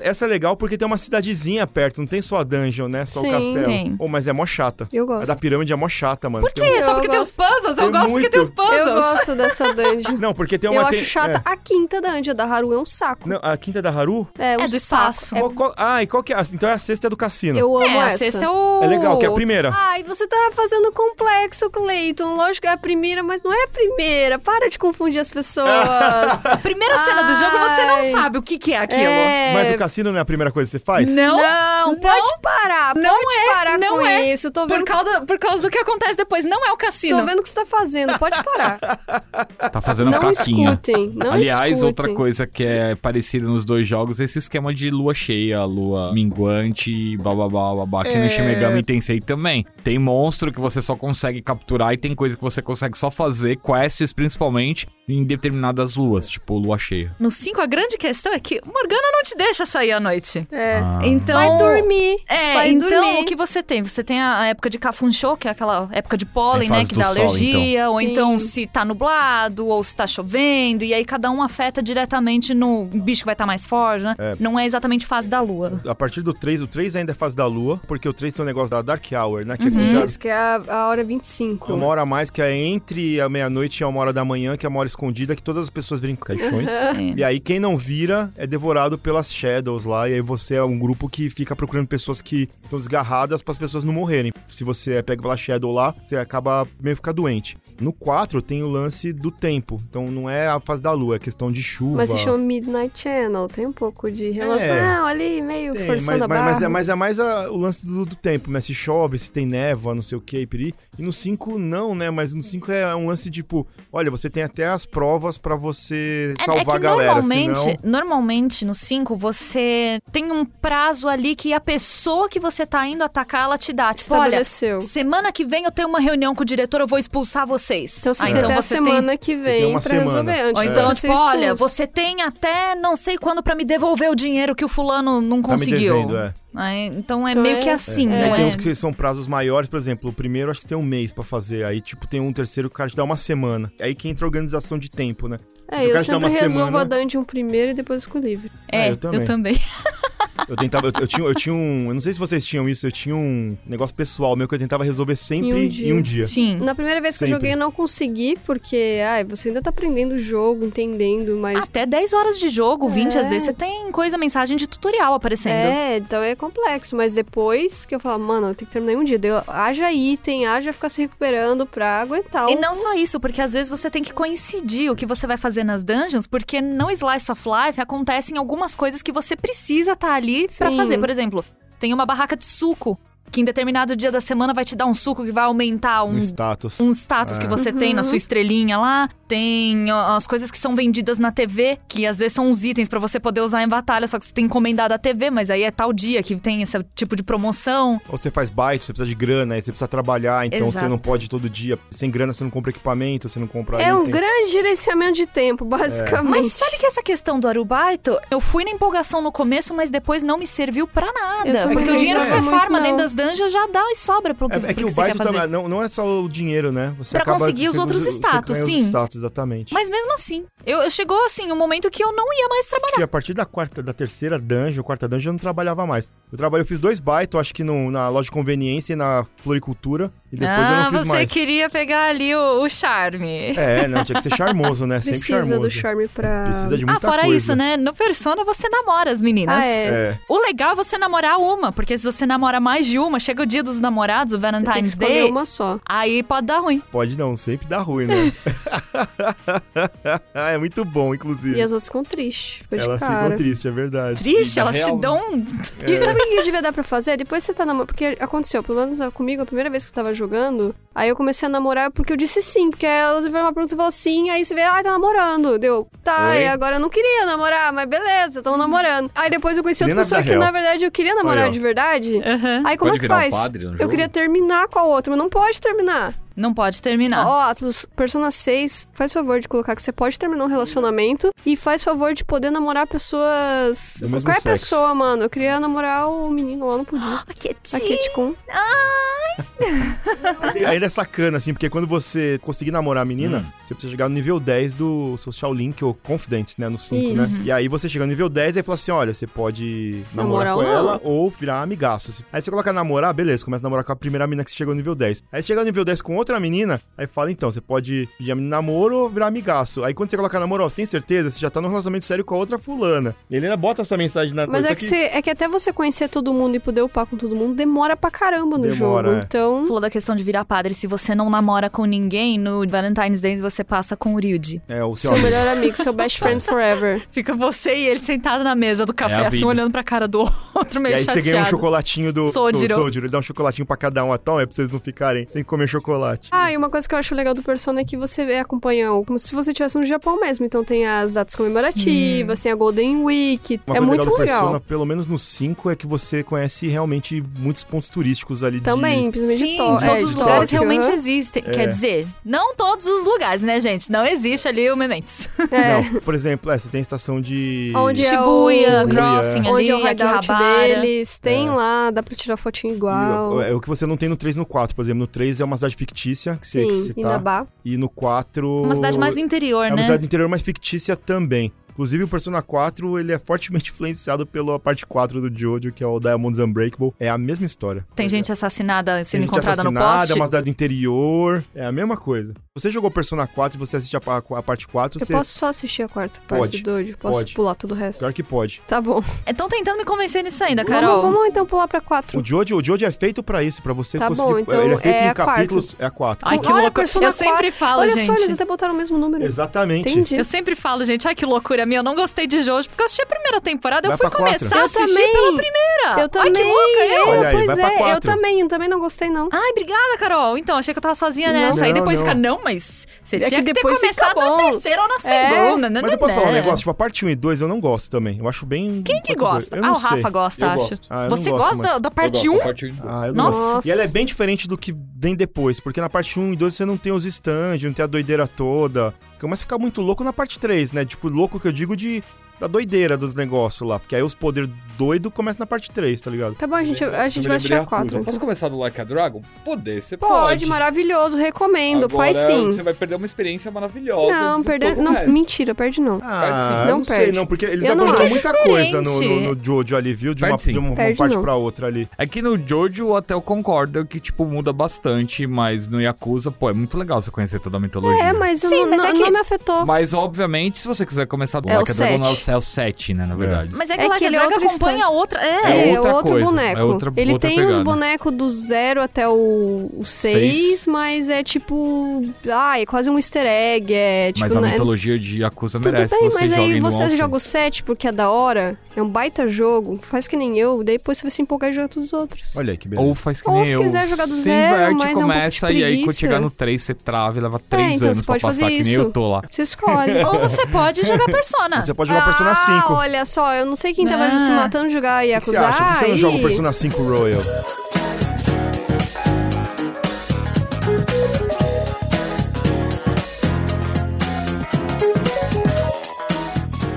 S1: Essa é legal porque tem uma cidadezinha perto, não tem só a dungeon, né? Só o
S2: Sim,
S1: castelo.
S3: tem.
S1: Oh, mas é mó chata.
S2: Eu
S1: A
S2: gosto.
S1: da pirâmide é mó chata, mano. Por
S3: Que?
S2: Eu
S3: Só porque tem
S2: gosto.
S3: os puzzles? Eu
S1: Tem
S3: gosto porque tem os
S1: muito.
S3: puzzles.
S2: Eu gosto dessa dungeon.
S1: Não, porque tem uma.
S2: eu acho
S1: tem-
S2: chata
S1: é.
S2: a quinta dungeon, a da Haru é um saco.
S1: Não, a quinta é da Haru?
S2: É, um
S3: É do
S2: saco.
S3: espaço.
S1: Qual- qual- Ah, e qual que é? a- Então é a sexta é do cassino.
S2: Eu amo
S3: É, a
S2: essa.
S3: sexta é o.
S1: É legal, que é a primeira.
S2: Ai, você tá fazendo complexo, Clayton. Lógico que é a primeira, mas não é a primeira. Para de confundir as pessoas.
S3: A primeira cena do jogo você não
S2: Ai.
S3: sabe o que, que é aquilo.
S2: É.
S1: Mas o cassino não é a primeira coisa que você faz?
S3: Não,
S2: Não, pode parar.
S3: não
S2: pode
S3: é,
S2: parar
S3: não
S2: com
S3: é.
S2: isso. Eu tô vendo,
S3: Por
S2: que-
S3: causa, por causa do que acontece depois. Não é o cassino.
S2: tô vendo o que você tá fazendo. Pode parar.
S4: Tá fazendo
S2: Ah. não
S4: caquinha.
S2: escutem. Não
S4: Aliás,
S2: escutem.
S4: outra coisa que é parecida nos dois jogos é esse esquema de lua cheia, lua minguante, bababá, babá, que
S2: É.
S4: no Shin Megami Tensei também. Tem monstro que você só consegue capturar e tem coisa que você consegue só fazer, quests principalmente, em determinadas luas, tipo lua cheia.
S3: No 5, a grande questão é que Morgana não te deixa sair à noite.
S2: É.
S1: Ah.
S3: Então.
S2: Vai dormir.
S3: É,
S2: Vai
S3: então
S2: dormir.
S3: o que você tem? Você tem a a época de cafunchô, que é aquela época de
S4: Tem
S3: pólen, né?
S4: fase
S3: Que
S4: do
S3: dá
S4: sol,
S3: alergia, ou
S2: Sim.
S3: então se tá nublado, ou se tá chovendo, e aí cada um afeta diretamente no bicho que vai estar mais forte, né? Não é exatamente fase da lua.
S1: A partir do 3, o 3 ainda é fase da lua, porque o 3 tem um negócio da Dark Hour, né? Que é
S2: Isso, que é a, a hora 25.
S1: uma hora a mais, que é entre a meia-noite e a uma hora da manhã, que é uma hora escondida, que todas as pessoas viram caixões.
S3: É.
S1: E aí, quem não vira é devorado pelas Shadows lá. E aí, você é um grupo que fica procurando pessoas que estão desgarradas para as pessoas não morrerem. Se você é pego pela Shadow lá, você acaba meio ficar doente. No 4 tem o lance do tempo. Então não é a fase da lua, é questão de chuva.
S2: Mas se chama Midnight Channel. Tem um pouco de relação ali, meio
S1: É. Tem, mas,
S2: forçando a
S1: mas-
S2: barra.
S1: mas é, mas é mais a- o lance do, do tempo, né? Se chove, se tem névoa, não sei o que, piri. E no 5 não, né? Mas no 5 é um lance tipo, olha, você tem até as provas para você
S3: É-
S1: salvar
S3: é que
S1: a galera,
S3: normalmente,
S1: senão... tá
S3: normalmente no 5 você tem um prazo ali que a pessoa que você tá indo atacar, ela te dá. Tipo, olha,
S2: Estabeleceu.
S3: semana que vem eu tenho uma reunião com o diretor, eu vou expulsar vocês.
S2: Então você
S3: Ah,
S2: tem até a semana que
S1: tem
S2: vem
S1: uma
S2: pra
S1: semana. É.
S2: resolver antes
S3: Ou
S2: de
S3: então,
S2: você
S3: tipo,
S2: ser assim, expulso.
S3: olha, você tem até não sei quando pra me devolver o dinheiro que o fulano não
S1: Tá me
S3: conseguiu.
S1: devendo, é.
S3: Aí, então é
S2: Então
S3: meio
S2: é-
S3: que assim,
S1: É,
S3: não
S1: aí
S3: é?
S1: tem uns que são prazos maiores, por exemplo, o primeiro acho que tem um mês pra fazer, aí tipo tem um terceiro que o cara te dá uma semana. Aí que entra a organização de tempo, né?
S2: É,
S1: Se o
S2: eu
S1: cara te dá
S2: sempre
S1: uma
S2: resolvo
S1: semana-
S2: a dungeon primeiro e depois fico livre.
S3: É,
S1: Ah, eu
S3: eu também.
S1: também. Eu tentava, eu, eu tinha, eu tinha um, eu não sei se vocês tinham isso, eu tinha um negócio pessoal meu que eu tentava resolver sempre
S2: Em um
S1: em
S2: dia.
S1: um dia.
S3: Sim.
S2: Na primeira vez que eu
S1: Sempre.
S2: joguei eu não consegui, porque, ai, você ainda tá aprendendo o jogo, entendendo, mas...
S3: Até 10 horas de jogo, 20 às
S2: É.
S3: vezes, você tem coisa, mensagem de tutorial aparecendo.
S2: É, então é complexo, mas depois que eu falo, mano, eu tenho que terminar em um dia, deu, haja item, haja ficar se recuperando pra aguentar.
S3: E
S2: o-
S3: não só isso, porque às vezes você tem que coincidir o que você vai fazer nas dungeons, porque no Slice of Life acontecem algumas coisas que você precisa estar ali pra
S2: Sim.
S3: fazer. Por exemplo, tem uma barraca de suco, que em determinado dia da semana vai te dar um suco que vai aumentar
S1: Um
S3: um,
S1: status.
S3: um status que você tem na sua estrelinha lá. Tem ó, as coisas que são vendidas na TV, que às vezes são uns itens pra você poder usar em batalha, só que você tem encomendado a TV, mas aí é tal dia que tem esse tipo de promoção.
S1: Ou você faz byte, você precisa de grana, aí você precisa trabalhar, então
S3: Exato.
S1: você não pode todo dia. Sem grana você não compra equipamento, você não compra.
S2: É um
S1: item.
S2: grande gerenciamento de tempo, basicamente.
S3: Mas sabe que essa questão do Arubaito, eu fui na empolgação no começo, mas depois não me serviu pra
S2: Eu
S3: nada.
S2: também
S3: Porque o
S1: não
S3: dinheiro que você
S2: gosto muito,
S3: farma dentro
S2: não.
S3: das dungeons já dá e sobra pro,
S1: É,
S3: pro
S1: é que o
S3: você quer
S1: baito
S3: fazer.
S1: também. Não, não é só o dinheiro, né? Você
S3: Pra
S1: acaba-
S3: conseguir os
S1: você-
S3: outros
S1: você
S3: status,
S1: ganha os
S3: sim.
S1: status, exatamente.
S3: Mas mesmo assim, Eu, eu- chegou assim um momento que eu não ia mais trabalhar.
S1: Porque a partir da quarta, da terceira dungeon, quarta dungeon, eu não trabalhava mais. Eu trabalhei, eu fiz dois baitos, acho que no- na loja de conveniência e na floricultura. E depois eu
S3: ah,
S1: não fiz
S3: você
S1: mais.
S3: queria pegar ali o, o charme.
S1: É, não, tinha que ser charmoso, né? Sempre
S2: Precisa
S1: charmoso.
S2: do charme pra.
S1: Precisa de
S3: Ah,
S1: muita
S3: fora
S1: coisa.
S3: isso, né? No Persona você namora as meninas.
S2: Ah, é.
S1: É.
S3: O legal é você namorar uma, porque se você namora mais de uma, chega o dia dos namorados, o
S2: Você tem que
S3: Valentine's
S2: escolher
S3: Day,
S2: uma só.
S3: aí pode dar ruim.
S1: Pode não, sempre dá ruim, né? é muito bom, inclusive.
S2: E as outras ficam tristes. Ficam de
S1: Elas
S2: cara.
S1: ficam tristes, é verdade.
S3: Triste,
S4: Vida
S3: elas
S4: real,
S3: te
S4: né?
S3: dão. um-
S2: Que- Sabe o que eu devia dar pra fazer? Depois você tá namorando. Porque aconteceu, pelo menos comigo, a primeira vez que eu tava jogando, aí eu comecei a namorar porque eu disse sim. Porque aí elas viram uma pergunta e falou sim, aí você vê, ai, tá namorando. Deu, tá,
S1: Oi?
S2: e agora eu não queria namorar, mas beleza,
S4: Uhum.
S2: tamo namorando. Aí depois eu conheci
S1: Nem na
S2: outra
S1: vida
S2: pessoa que,
S1: real.
S2: na verdade, eu queria namorar
S1: Aí, ó.
S2: de verdade.
S3: Aham.
S2: Aí como
S4: Pode
S2: é que
S4: virar um
S2: faz?
S4: padre no
S2: eu
S4: jogo?
S2: queria terminar com a outra, mas não pode terminar.
S3: Não pode terminar.
S2: Ó, Atlas, Persona 6, faz favor de colocar que você pode terminar um relacionamento e faz favor de poder namorar pessoas.
S1: Do mesmo
S2: Qualquer
S1: sexo.
S2: pessoa, mano. Eu queria namorar o menino lá, não podia.
S3: Ah, que
S2: A Kate Kun.
S1: Ainda é sacana, assim, porque quando você conseguir namorar a menina, você precisa chegar no nível 10 do social link ou confident, né? No 5, né?
S2: Isso.
S1: E aí você chega no nível 10 e fala assim: olha, você pode namorar
S2: Namorar
S1: com
S2: ou não.
S1: ela ou virar amigaço. assim. Aí você coloca namorar, beleza, começa a namorar com a primeira menina que você chegou no nível 10. Aí você chega no nível 10 com outra menina, aí fala: então, você pode pedir a menina namoro ou virar amigaço. Aí quando você coloca namoro, ó, você tem certeza? Você já tá num relacionamento sério com a outra fulana. E ele ainda bota essa mensagem na
S2: Mas
S1: coisa,
S2: é que, você- é que até você conhecer todo mundo e poder upar com todo mundo demora pra caramba no
S1: Demora,
S2: jogo.
S1: é.
S2: Então.
S3: Falou da questão de virar padre. Se você não namora com ninguém, no Valentine's Day você passa com o Ryuji.
S1: É, o seu
S2: Seu
S1: amigo.
S2: melhor amigo, seu best friend forever.
S3: Fica você e ele sentado na mesa do café,
S4: a
S3: assim,
S4: vida.
S3: olhando pra cara do
S1: É
S3: outro,
S1: E
S3: meio
S1: aí você
S3: chateado.
S1: ganha um chocolatinho do
S3: Sojiro.
S1: do Ele dá um chocolatinho pra cada um atão, é pra vocês não ficarem sem comer chocolate.
S2: Ah, e uma coisa que eu acho legal do Persona é que você vê- acompanha o- como se você estivesse no Japão mesmo. Então tem as datas comemorativas, tem a Golden Week.
S1: Uma
S2: é
S1: coisa
S2: muito
S1: do
S2: legal.
S1: Persona, pelo menos no 5, é que você conhece realmente muitos pontos turísticos ali de-
S2: Também, principalmente
S3: Sim,
S2: de to- é,
S3: todos
S2: de
S3: os lugares
S2: Tóquio,
S3: realmente
S2: aham.
S3: existem.
S1: É.
S3: Quer dizer, não todos os lugares, né, gente? Não existe ali o Mementes.
S2: É.
S1: Não, por exemplo, é, você tem a estação de...
S2: Onde é o-
S3: Shibuya,
S1: Shibuya.
S3: Crossing
S2: Onde
S3: ali,
S2: é o hideout
S3: Akihabara.
S2: deles, tem
S1: É.
S2: lá, dá pra tirar fotinho igual.
S1: É o que você não tem no 3 e no 4, por exemplo. No 3 é uma cidade fictícia que você, que
S2: Sim,
S1: você tá.
S2: Inabá.
S1: E no 4...
S3: Uma cidade mais do interior,
S1: É uma
S3: né?
S1: cidade do interior, mas fictícia também. Inclusive, o Persona 4, ele é fortemente influenciado pela parte 4 do Jojo, que é o Diamonds Unbreakable. É a mesma história.
S3: Tem gente assassinada
S1: é. Tem
S3: sendo
S1: gente
S3: encontrada no
S1: assassinada,
S3: poste.
S1: é uma cidade do interior. É a mesma coisa. Você jogou Persona 4 e você assiste a, pa- a parte 4,
S2: Eu
S1: você.
S2: posso só assistir a quarta parte
S1: Pode,
S2: do Dojo? Posso
S1: pode.
S2: pular todo o resto?
S1: Pior que pode.
S2: Tá bom.
S3: Estão tentando me convencer nisso ainda,
S2: Vamos,
S3: Carol.
S2: vamos então pular pra quatro.
S1: O Jojo, o Jojo é feito pra isso, pra você
S2: Tá
S1: conseguir.
S2: bom, então
S1: ele é feito
S2: é
S1: em
S2: a quarta.
S1: capítulos. É a 4.
S3: Ai, que
S2: Olha,
S3: loucura.
S2: Persona
S3: Eu sempre falo,
S2: Olha
S3: gente.
S2: só, eles até botaram o mesmo número.
S1: Exatamente.
S2: Entendi.
S3: Eu sempre falo, gente, ai que loucura minha. Eu não gostei de Jojo, porque eu assisti a primeira temporada,
S1: Vai
S3: eu fui
S1: pra quatro.
S3: começar a
S2: Eu
S3: assistir
S2: também.
S3: pela primeira.
S2: Eu também.
S3: Ai, que louca eu.
S1: Olha aí,
S2: pois
S1: vai pra
S2: é, eu
S1: quatro.
S2: também, eu também não gostei, não.
S3: Ai, obrigada, Carol. Então, achei que eu tava sozinha
S1: Não,
S3: nessa. aí
S1: não,
S3: depois
S1: não.
S3: fica, não, mas você
S2: É
S3: tinha
S2: que
S3: que, ter
S2: depois fica
S3: começado na
S2: bom.
S3: terceira ou na
S2: É.
S3: segunda. né?
S1: Mas eu posso falar um negócio? Tipo, a parte 1 e 2 eu não gosto também. Eu acho bem.
S3: Quem que
S1: outra coisa.
S3: gosta?
S1: Eu
S3: Ah,
S1: não
S3: o Rafa
S1: sei.
S3: gosta,
S4: Eu
S3: acho.
S4: gosto.
S1: Ah, eu não
S3: Você
S1: gosto
S3: gosta
S1: muito.
S3: da, da parte 1?
S1: Ah, eu não
S3: Nossa.
S1: gosto. E ela é bem diferente do que vem depois, porque na parte 1 e 2 você não tem os stands, não tem a doideira toda. Começa a ficar muito louco na parte 3, né? Tipo, louco que eu digo de da doideira dos negócios lá, porque aí os poderes doido começam na parte 3, tá ligado?
S2: Tá bom, gente, eu- a gente vai assistir a quatro.
S4: Posso
S2: então.
S4: começar do Like a Dragon? Poder, você
S2: Pode,
S4: pode.
S2: maravilhoso, recomendo,
S4: Agora,
S2: faz sim.
S4: Você vai perder uma experiência maravilhosa.
S2: Não,
S4: do
S2: perder.
S4: todo o
S2: Não,
S4: resto.
S2: mentira, perde não.
S1: Ah,
S4: sim.
S1: eu
S2: Não
S1: não, sei
S2: perde.
S1: não, porque eles
S2: Eu não
S1: aprenderam
S2: acho.
S1: muita
S3: É
S1: coisa no,
S3: diferente.
S1: no, no Jojo ali, viu? De uma,
S4: Perde sim.
S1: de uma
S2: Perde
S1: parte
S2: não.
S1: pra outra ali.
S4: É que no Jojo até eu concordo que, tipo, muda bastante, mas no Yakuza, pô, é muito legal você conhecer toda a mitologia.
S2: É, mas, eu
S3: Sim,
S2: não,
S3: mas é
S2: não-
S3: que-
S2: não me afetou.
S4: Mas, obviamente, se você quiser começar do
S2: É o
S4: Like a Dragon, é o
S2: sete.
S4: é o 7, né, na verdade.
S3: Mas é que
S2: É
S3: o
S2: que
S3: Like a
S2: ele é
S3: Dragon
S2: outra
S3: acompanha outra. É.
S4: É
S2: É,
S4: outra
S2: outro
S4: coisa,
S2: boneco.
S4: é outra-
S2: ele
S4: outra
S2: tem os
S4: pegada.
S2: bonecos do zero até o
S4: Seis.
S2: 6, mas é tipo. Ah, é quase um easter egg. É tipo.
S4: Mas a
S2: não é-
S4: mitologia de Yakuza
S2: Tudo
S4: merece
S2: bem,
S4: que você
S2: mas
S4: jogue
S2: aí
S4: no
S2: você
S4: All
S2: joga o 7 porque é da hora. É um baita jogo. Faz que nem eu, daí depois você vai se empolgar e jogar todos os outros.
S1: Olha aí, que beleza.
S4: Ou faz que
S2: Ou
S4: nem
S2: se
S4: eu.
S2: quiser jogar do
S4: se
S2: zero, mas
S4: inverte,
S2: é um pouco
S4: começa,
S2: de
S4: e aí quando
S2: preguiça.
S4: chegar no 3, você trava e leva 3
S2: então,
S4: anos
S2: você
S4: pra
S2: pode fazer
S4: passar, que nem eu
S2: isso.
S4: tô lá.
S2: Você escolhe.
S1: É
S3: Ou você pode jogar Persona.
S1: Você pode jogar Persona
S2: ah,
S1: 5. O
S2: olha só, eu não sei quem tava
S3: Ah.
S4: Né?
S2: se matando de jogar
S1: que que você
S2: Yakuza.
S1: acha? Por que você não joga o
S2: aí-
S1: Persona 5 Royal?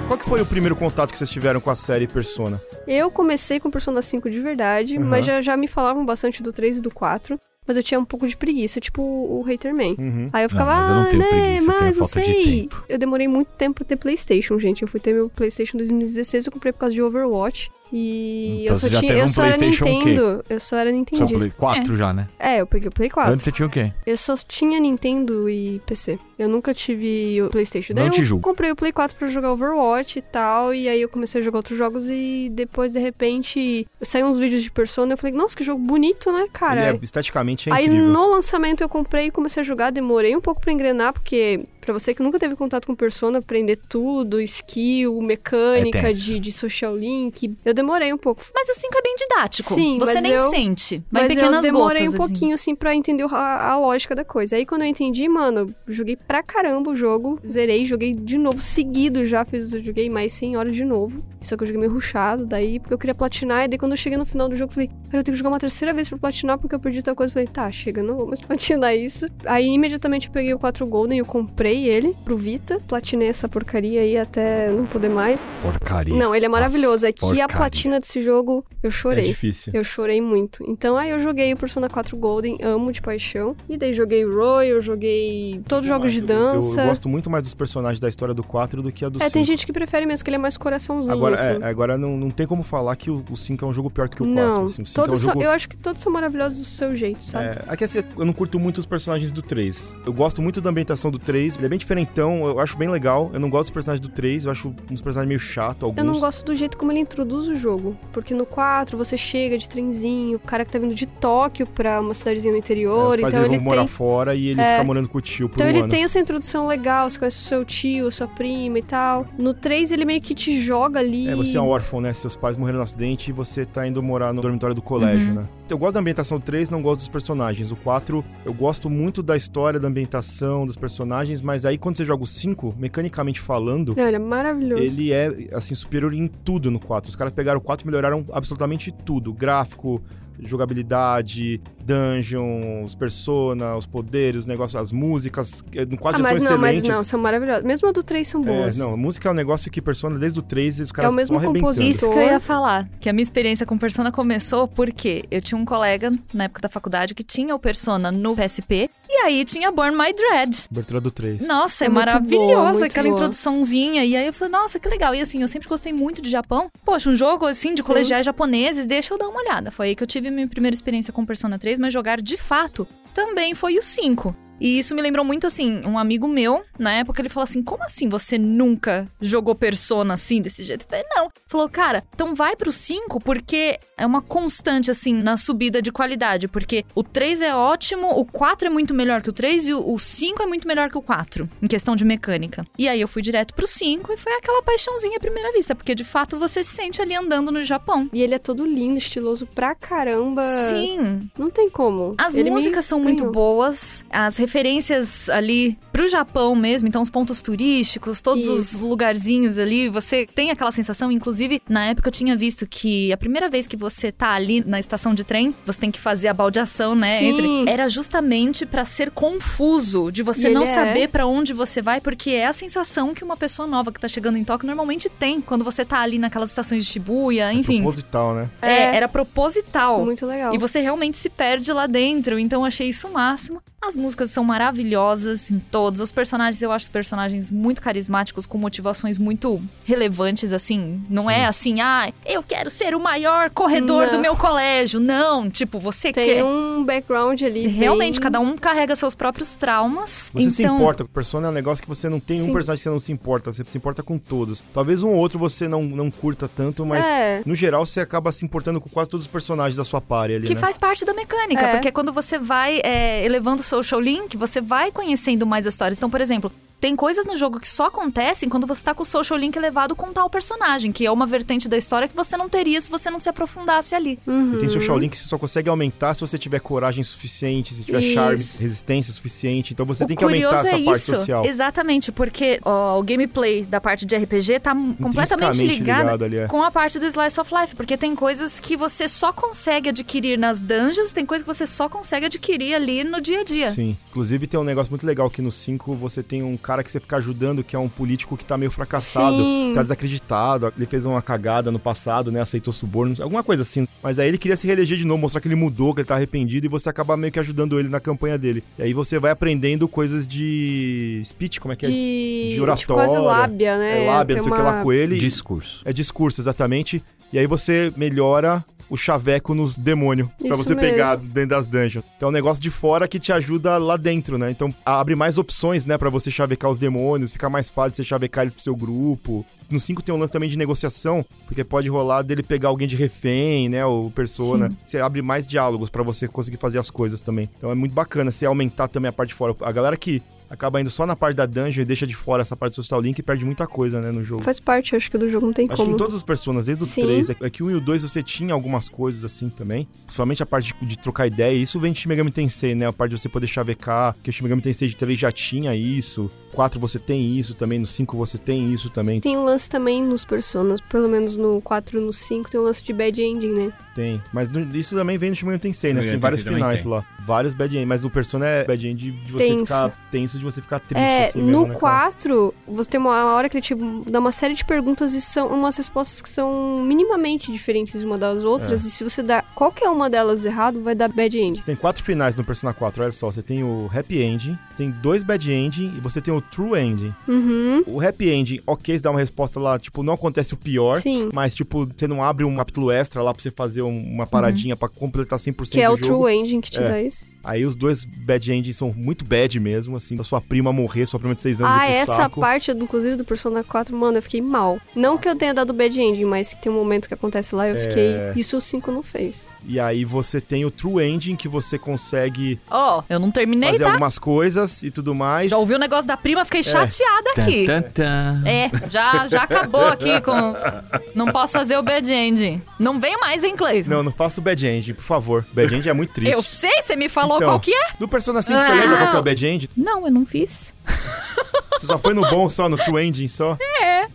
S1: Qual que foi o primeiro contato que vocês tiveram com a série Persona?
S2: Eu comecei com Persona 5 de verdade,
S1: Aham.
S2: mas já, já me falavam bastante do 3 e do 4. mas eu tinha um pouco de preguiça, tipo o Hater Man.
S1: Uhum.
S2: Aí eu ficava,
S4: mas eu não
S2: ah,
S4: tenho
S2: né,
S4: preguiça, eu tenho
S2: mas não
S4: falta de
S2: sei.
S4: tempo.
S2: Eu demorei muito tempo pra ter Playstation, gente. Eu fui ter meu Playstation em 2016, eu comprei por causa de Overwatch. E eu
S4: Então
S2: só
S4: você já
S2: tinha.
S4: teve
S2: eu
S4: um
S2: só era
S4: PlayStation o quê?
S2: Nintendo. Eu só era
S4: Só
S2: Nintendista.
S4: Play 4 já, né?
S2: É, eu peguei o Play 4.
S4: Antes você tinha o quê?
S2: Eu só tinha Nintendo e PC. Eu nunca tive o Playstation. Daí
S4: Não te
S2: eu
S4: julgo.
S2: comprei o Play 4 pra jogar Overwatch e tal. E aí eu comecei a jogar outros jogos e depois, de repente, saiu uns vídeos de persona. Eu falei, nossa, que jogo bonito, né, cara?
S1: Ele é, esteticamente é
S2: Aí
S1: incrível.
S2: no lançamento eu comprei e comecei a jogar, demorei um pouco pra engrenar, porque pra você que nunca teve contato com Persona, aprender tudo, skill,
S4: É
S2: mecânica
S4: tenso.
S2: de, de social link, eu demorei um pouco.
S3: Mas o 5 é bem didático.
S2: Sim,
S3: Você
S2: mas
S3: nem
S2: eu-
S3: sente. Vai em
S2: Mas
S3: pequenas
S2: eu demorei
S3: gotas,
S2: um
S3: assim.
S2: pouquinho, assim, pra entender a, a lógica da coisa. Aí quando eu entendi, mano, eu joguei pra caramba o jogo, zerei, joguei de novo, seguido já, fiz, eu joguei mais 100 horas de novo. Só que eu joguei meio ruchado, daí, porque eu queria platinar, e daí quando eu cheguei no final do jogo, eu falei, cara, eu tenho que jogar uma terceira vez pra platinar, porque eu perdi tal coisa. Eu falei, tá, chega, não vou mais platinar isso. Aí imediatamente eu peguei o 4 Golden, eu comprei ele pro Vita, platinei essa porcaria aí até não poder mais.
S4: Porcaria.
S2: Não, ele é
S4: Nossa,
S2: maravilhoso, é que a
S4: porcaria.
S2: platina desse jogo, eu
S1: É
S2: chorei.
S1: difícil.
S2: Eu chorei muito. Então aí eu joguei o Persona 4 Golden, amo de paixão. E daí joguei Royal, joguei todos os jogos de
S1: Eu- eu-
S2: dança.
S1: Eu, gosto muito mais dos personagens da história do 4 do que a do
S2: é,
S1: 5.
S2: tem gente que prefere mesmo, que ele é mais coraçãozinho.
S1: Agora,
S2: assim.
S1: é, agora não, não tem como falar que o, o 5 é um jogo pior que o 4.
S2: Não,
S1: assim, o 5
S2: todos
S1: é um
S2: são-
S1: jogo...
S2: eu acho que todos são maravilhosos do seu jeito, sabe?
S1: É, aqui assim, eu não curto muito os personagens do 3. Eu gosto muito da ambientação do 3, ele é bem diferentão, eu acho bem legal. Eu não gosto dos personagens do 3, eu acho uns personagens meio chato, alguns.
S2: Eu não gosto do jeito como ele introduz o jogo. Porque no 4 você chega de trenzinho, o cara que tá vindo de Tóquio pra uma cidadezinha no
S1: É, os
S2: interior,
S1: pais
S2: então
S1: dele
S2: ele
S1: vão morar
S2: tem
S1: fora e ele fica morando com o tio por
S2: Então
S1: um
S2: ele
S1: ano.
S2: tem essa introdução legal, você conhece o seu tio, sua prima e tal. No 3 ele meio que te joga ali.
S1: É, você é um órfão, né? Seus pais morreram no acidente e você tá indo morar no dormitório do
S2: Uhum.
S1: colégio, né? Eu gosto da ambientação do 3, não gosto dos personagens. O 4, eu gosto muito da história, da ambientação, dos personagens, mas aí quando você joga o 5, mecanicamente falando,
S2: Não, ele é maravilhoso.
S1: ele é, assim, superior em tudo no 4. Os caras pegaram o 4 e melhoraram absolutamente tudo. Gráfico, jogabilidade, dungeon, os persona, os poderes, os negócios, as músicas. eh, No 4
S2: Ah,
S1: já
S2: mas
S1: são
S2: não, mas
S1: excelentes.
S2: não, são maravilhosos. Mesmo a do 3 são
S1: É,
S2: boas. É
S1: não, a música é um negócio que Persona, desde o 3, os caras
S2: o mesmo
S1: estão arrebentando.
S2: compositor.
S3: Isso que eu ia falar. Que a minha experiência com Persona começou porque eu tinha um colega na época da faculdade que tinha o Persona no PSP e aí tinha Born My Dread.
S1: Abertura do 3.
S3: Nossa, é,
S2: É muito
S3: maravilhosa
S2: boa, muito
S3: aquela
S2: boa.
S3: introduçãozinha. E aí eu falei, nossa, que legal. E assim, eu sempre gostei muito de Japão. Poxa, um jogo assim de colegiais japoneses, deixa eu dar uma olhada. Foi aí que eu tive minha primeira experiência com Persona 3, mas jogar de fato também foi o 5. E isso me lembrou muito, assim, um amigo meu, na época, ele falou assim: como assim você nunca jogou Persona assim, desse jeito? Eu falei, não. Falou, cara, então vai pro 5, porque é uma constante, assim, na subida de qualidade. Porque o 3 é ótimo, o 4 é muito melhor que o 3 e o o 5 é muito melhor que o 4, em questão de mecânica. E aí eu fui direto pro 5 e foi aquela paixãozinha à primeira vista, porque de fato você se sente ali andando no Japão.
S2: E ele é todo lindo, estiloso pra caramba.
S3: Sim,
S2: Não tem como.
S3: As
S2: Ele me
S3: músicas são muito
S2: ganhou.
S3: boas, as referências ali pro Japão mesmo, então os pontos turísticos, todos os
S2: Isso.
S3: lugarzinhos ali, você tem aquela sensação, inclusive, na época eu tinha visto que a primeira vez que você tá ali na estação de trem, você tem que fazer a baldeação, né,
S2: Sim.
S3: entre era justamente pra ser confuso, de você
S2: E
S3: não
S2: ele é.
S3: saber pra onde você vai, porque é a sensação que uma pessoa nova que tá chegando em Tóquio normalmente tem quando você tá ali naquelas estações de
S1: É
S3: Shibuya, enfim.
S1: Proposital, né?
S3: É, era proposital.
S2: Muito legal.
S3: E você realmente se perde lá dentro, então achei isso o máximo. As músicas são maravilhosas em todos. Os personagens, eu acho os personagens muito carismáticos, com motivações muito relevantes, assim. Não é assim, ah, eu quero ser o maior corredor
S2: Não.
S3: do meu colégio. Não, tipo, você
S2: Tem
S3: quer.
S2: um background ali. bem-
S3: Realmente, cada um carrega seus próprios traumas.
S1: Você se
S3: então,
S1: importa, com persona é um negócio que você não tem um
S2: Sim.
S1: personagem que você não se importa, você se importa com todos. Talvez um ou outro você não, não curta tanto,
S3: um
S1: mas
S2: É.
S1: no geral você acaba se importando com quase todos os personagens da sua pare ali,
S3: Que
S1: né?
S3: faz parte da mecânica,
S2: É.
S3: porque quando você vai é, elevando o social link, você vai conhecendo mais as histórias. Então, por exemplo, tem coisas no jogo que só acontecem quando você tá com o social link elevado com tal personagem, que é uma vertente da história que você não teria se você não se aprofundasse ali.
S1: E tem social link que você só consegue aumentar se você tiver coragem suficiente, se tiver
S2: Isso.
S1: charme, resistência suficiente. Então você
S3: o
S1: tem que aumentar
S3: curioso
S1: essa
S3: é
S1: parte
S3: isso.
S1: social.
S3: Exatamente, porque ó, o gameplay da parte de RPG tá completamente
S1: Intrinsecamente
S3: ligada
S1: ligado ali, é.
S3: com a parte do Slice of Life, porque tem coisas que você só consegue adquirir nas dungeons, tem coisas que você só consegue adquirir ali no dia a dia.
S1: Sim. Inclusive tem um negócio muito legal que no 5 você tem um cara que você fica ajudando, que é um político que tá meio fracassado,
S2: Sim.
S1: tá desacreditado, ele fez uma cagada no passado, né? Aceitou subornos, alguma coisa assim. Mas aí ele queria se reeleger de novo, mostrar que ele mudou, que ele tá arrependido, e você acaba meio que ajudando ele na campanha dele. E aí você vai aprendendo coisas de speech, como é que é?
S2: De,
S1: de oratória,
S2: quase lábia, né?
S1: É lábia, não sei
S2: Tem
S1: o que lá
S2: uma-
S1: com ele.
S4: Discurso.
S1: É discurso, exatamente. E aí você melhora o chaveco nos demônios pra
S2: Isso
S1: você
S2: mesmo.
S1: pegar dentro das dungeons. Então é um negócio de fora que te ajuda lá dentro, né? Então abre mais opções, né, Pra você chavecar os demônios, fica mais fácil você chavecar eles pro seu grupo. No 5 tem um lance também de negociação, porque pode rolar dele pegar alguém de refém, né, ou persona. Você abre mais diálogos pra você conseguir fazer as coisas também. Então é muito bacana você aumentar também a parte de fora. A galera que acaba indo só na parte da dungeon e deixa de fora essa parte do social link perde muita coisa, né, no jogo.
S2: Faz parte, acho que, do jogo, não tem
S1: Acho que
S2: como.
S1: em todas as personas, desde o
S2: Sim.
S1: 3, é que o 1 e o 2 você tinha algumas coisas assim também. Principalmente a parte de, de trocar ideia. e Isso vem de Shin Megami Tensei, né? A parte de você poder chavecar. Que o Shin Megami Tensei de 3 já tinha isso. 4 você tem isso também. No 5 você tem isso também.
S2: Tem um lance também nos personas, pelo menos no 4 e no 5, tem um lance de bad ending, né?
S1: Tem. Mas no- isso também vem no Shin Megami Tensei, né?
S4: No
S1: Você tem
S4: Megami
S1: vários
S4: Tensei
S1: finais
S4: também
S1: lá. Vários bad end. Mas no Persona é bad end de, de você
S2: Tenso.
S1: ficar tenso, de você ficar triste
S2: É,
S1: assim mesmo,
S2: no
S1: né, cara?
S2: 4, você tem uma hora que ele te dá uma série de perguntas e são umas respostas que são minimamente diferentes uma das outras.
S1: É.
S2: E se você dá qualquer uma delas errado, vai dar bad end.
S1: Tem quatro finais no Persona 4, olha só. Você tem o Happy Ending, tem dois Bad Ending e você tem o True Ending.
S2: Uhum.
S1: O happy ending, ok, você dá uma resposta lá, tipo, não acontece o pior.
S2: Sim.
S1: Mas, tipo, você não abre um capítulo extra lá pra você fazer um- uma paradinha pra completar 100%
S2: Uhum. Que é
S1: do
S2: o
S1: jogo.
S2: True Ending que te
S1: É.
S2: dá isso.
S1: Aí os dois bad endings são muito bad mesmo, assim. A sua prima morrer, sua prima de 6 anos
S2: Ah,
S1: ir pro
S2: essa
S1: saco.
S2: parte, inclusive, do Persona 4, mano, eu fiquei mal. Não que eu tenha dado bad ending, mas que tem um momento que acontece lá e eu
S1: É.
S2: fiquei. Isso o 5 não fez.
S1: E aí você tem o true ending, que você consegue
S3: Ó, eu não terminei,
S1: fazer
S3: tá?
S1: algumas coisas e tudo mais.
S3: Já ouvi o negócio da prima,
S1: É.
S3: fiquei chateada aqui.
S4: Tantã.
S3: É, já, já acabou aqui com. Não posso fazer o bad end. Não vem mais em inglês.
S1: Não, não faça o bad ending, por favor. Bad ending é muito triste.
S3: Eu sei, você me falou
S1: Então.
S3: qual que é?
S1: No Persona 5, você
S3: Ah.
S1: lembra qual que é o bad ending?
S3: Não, eu não fiz.
S1: Você só foi no bom só, no true ending só?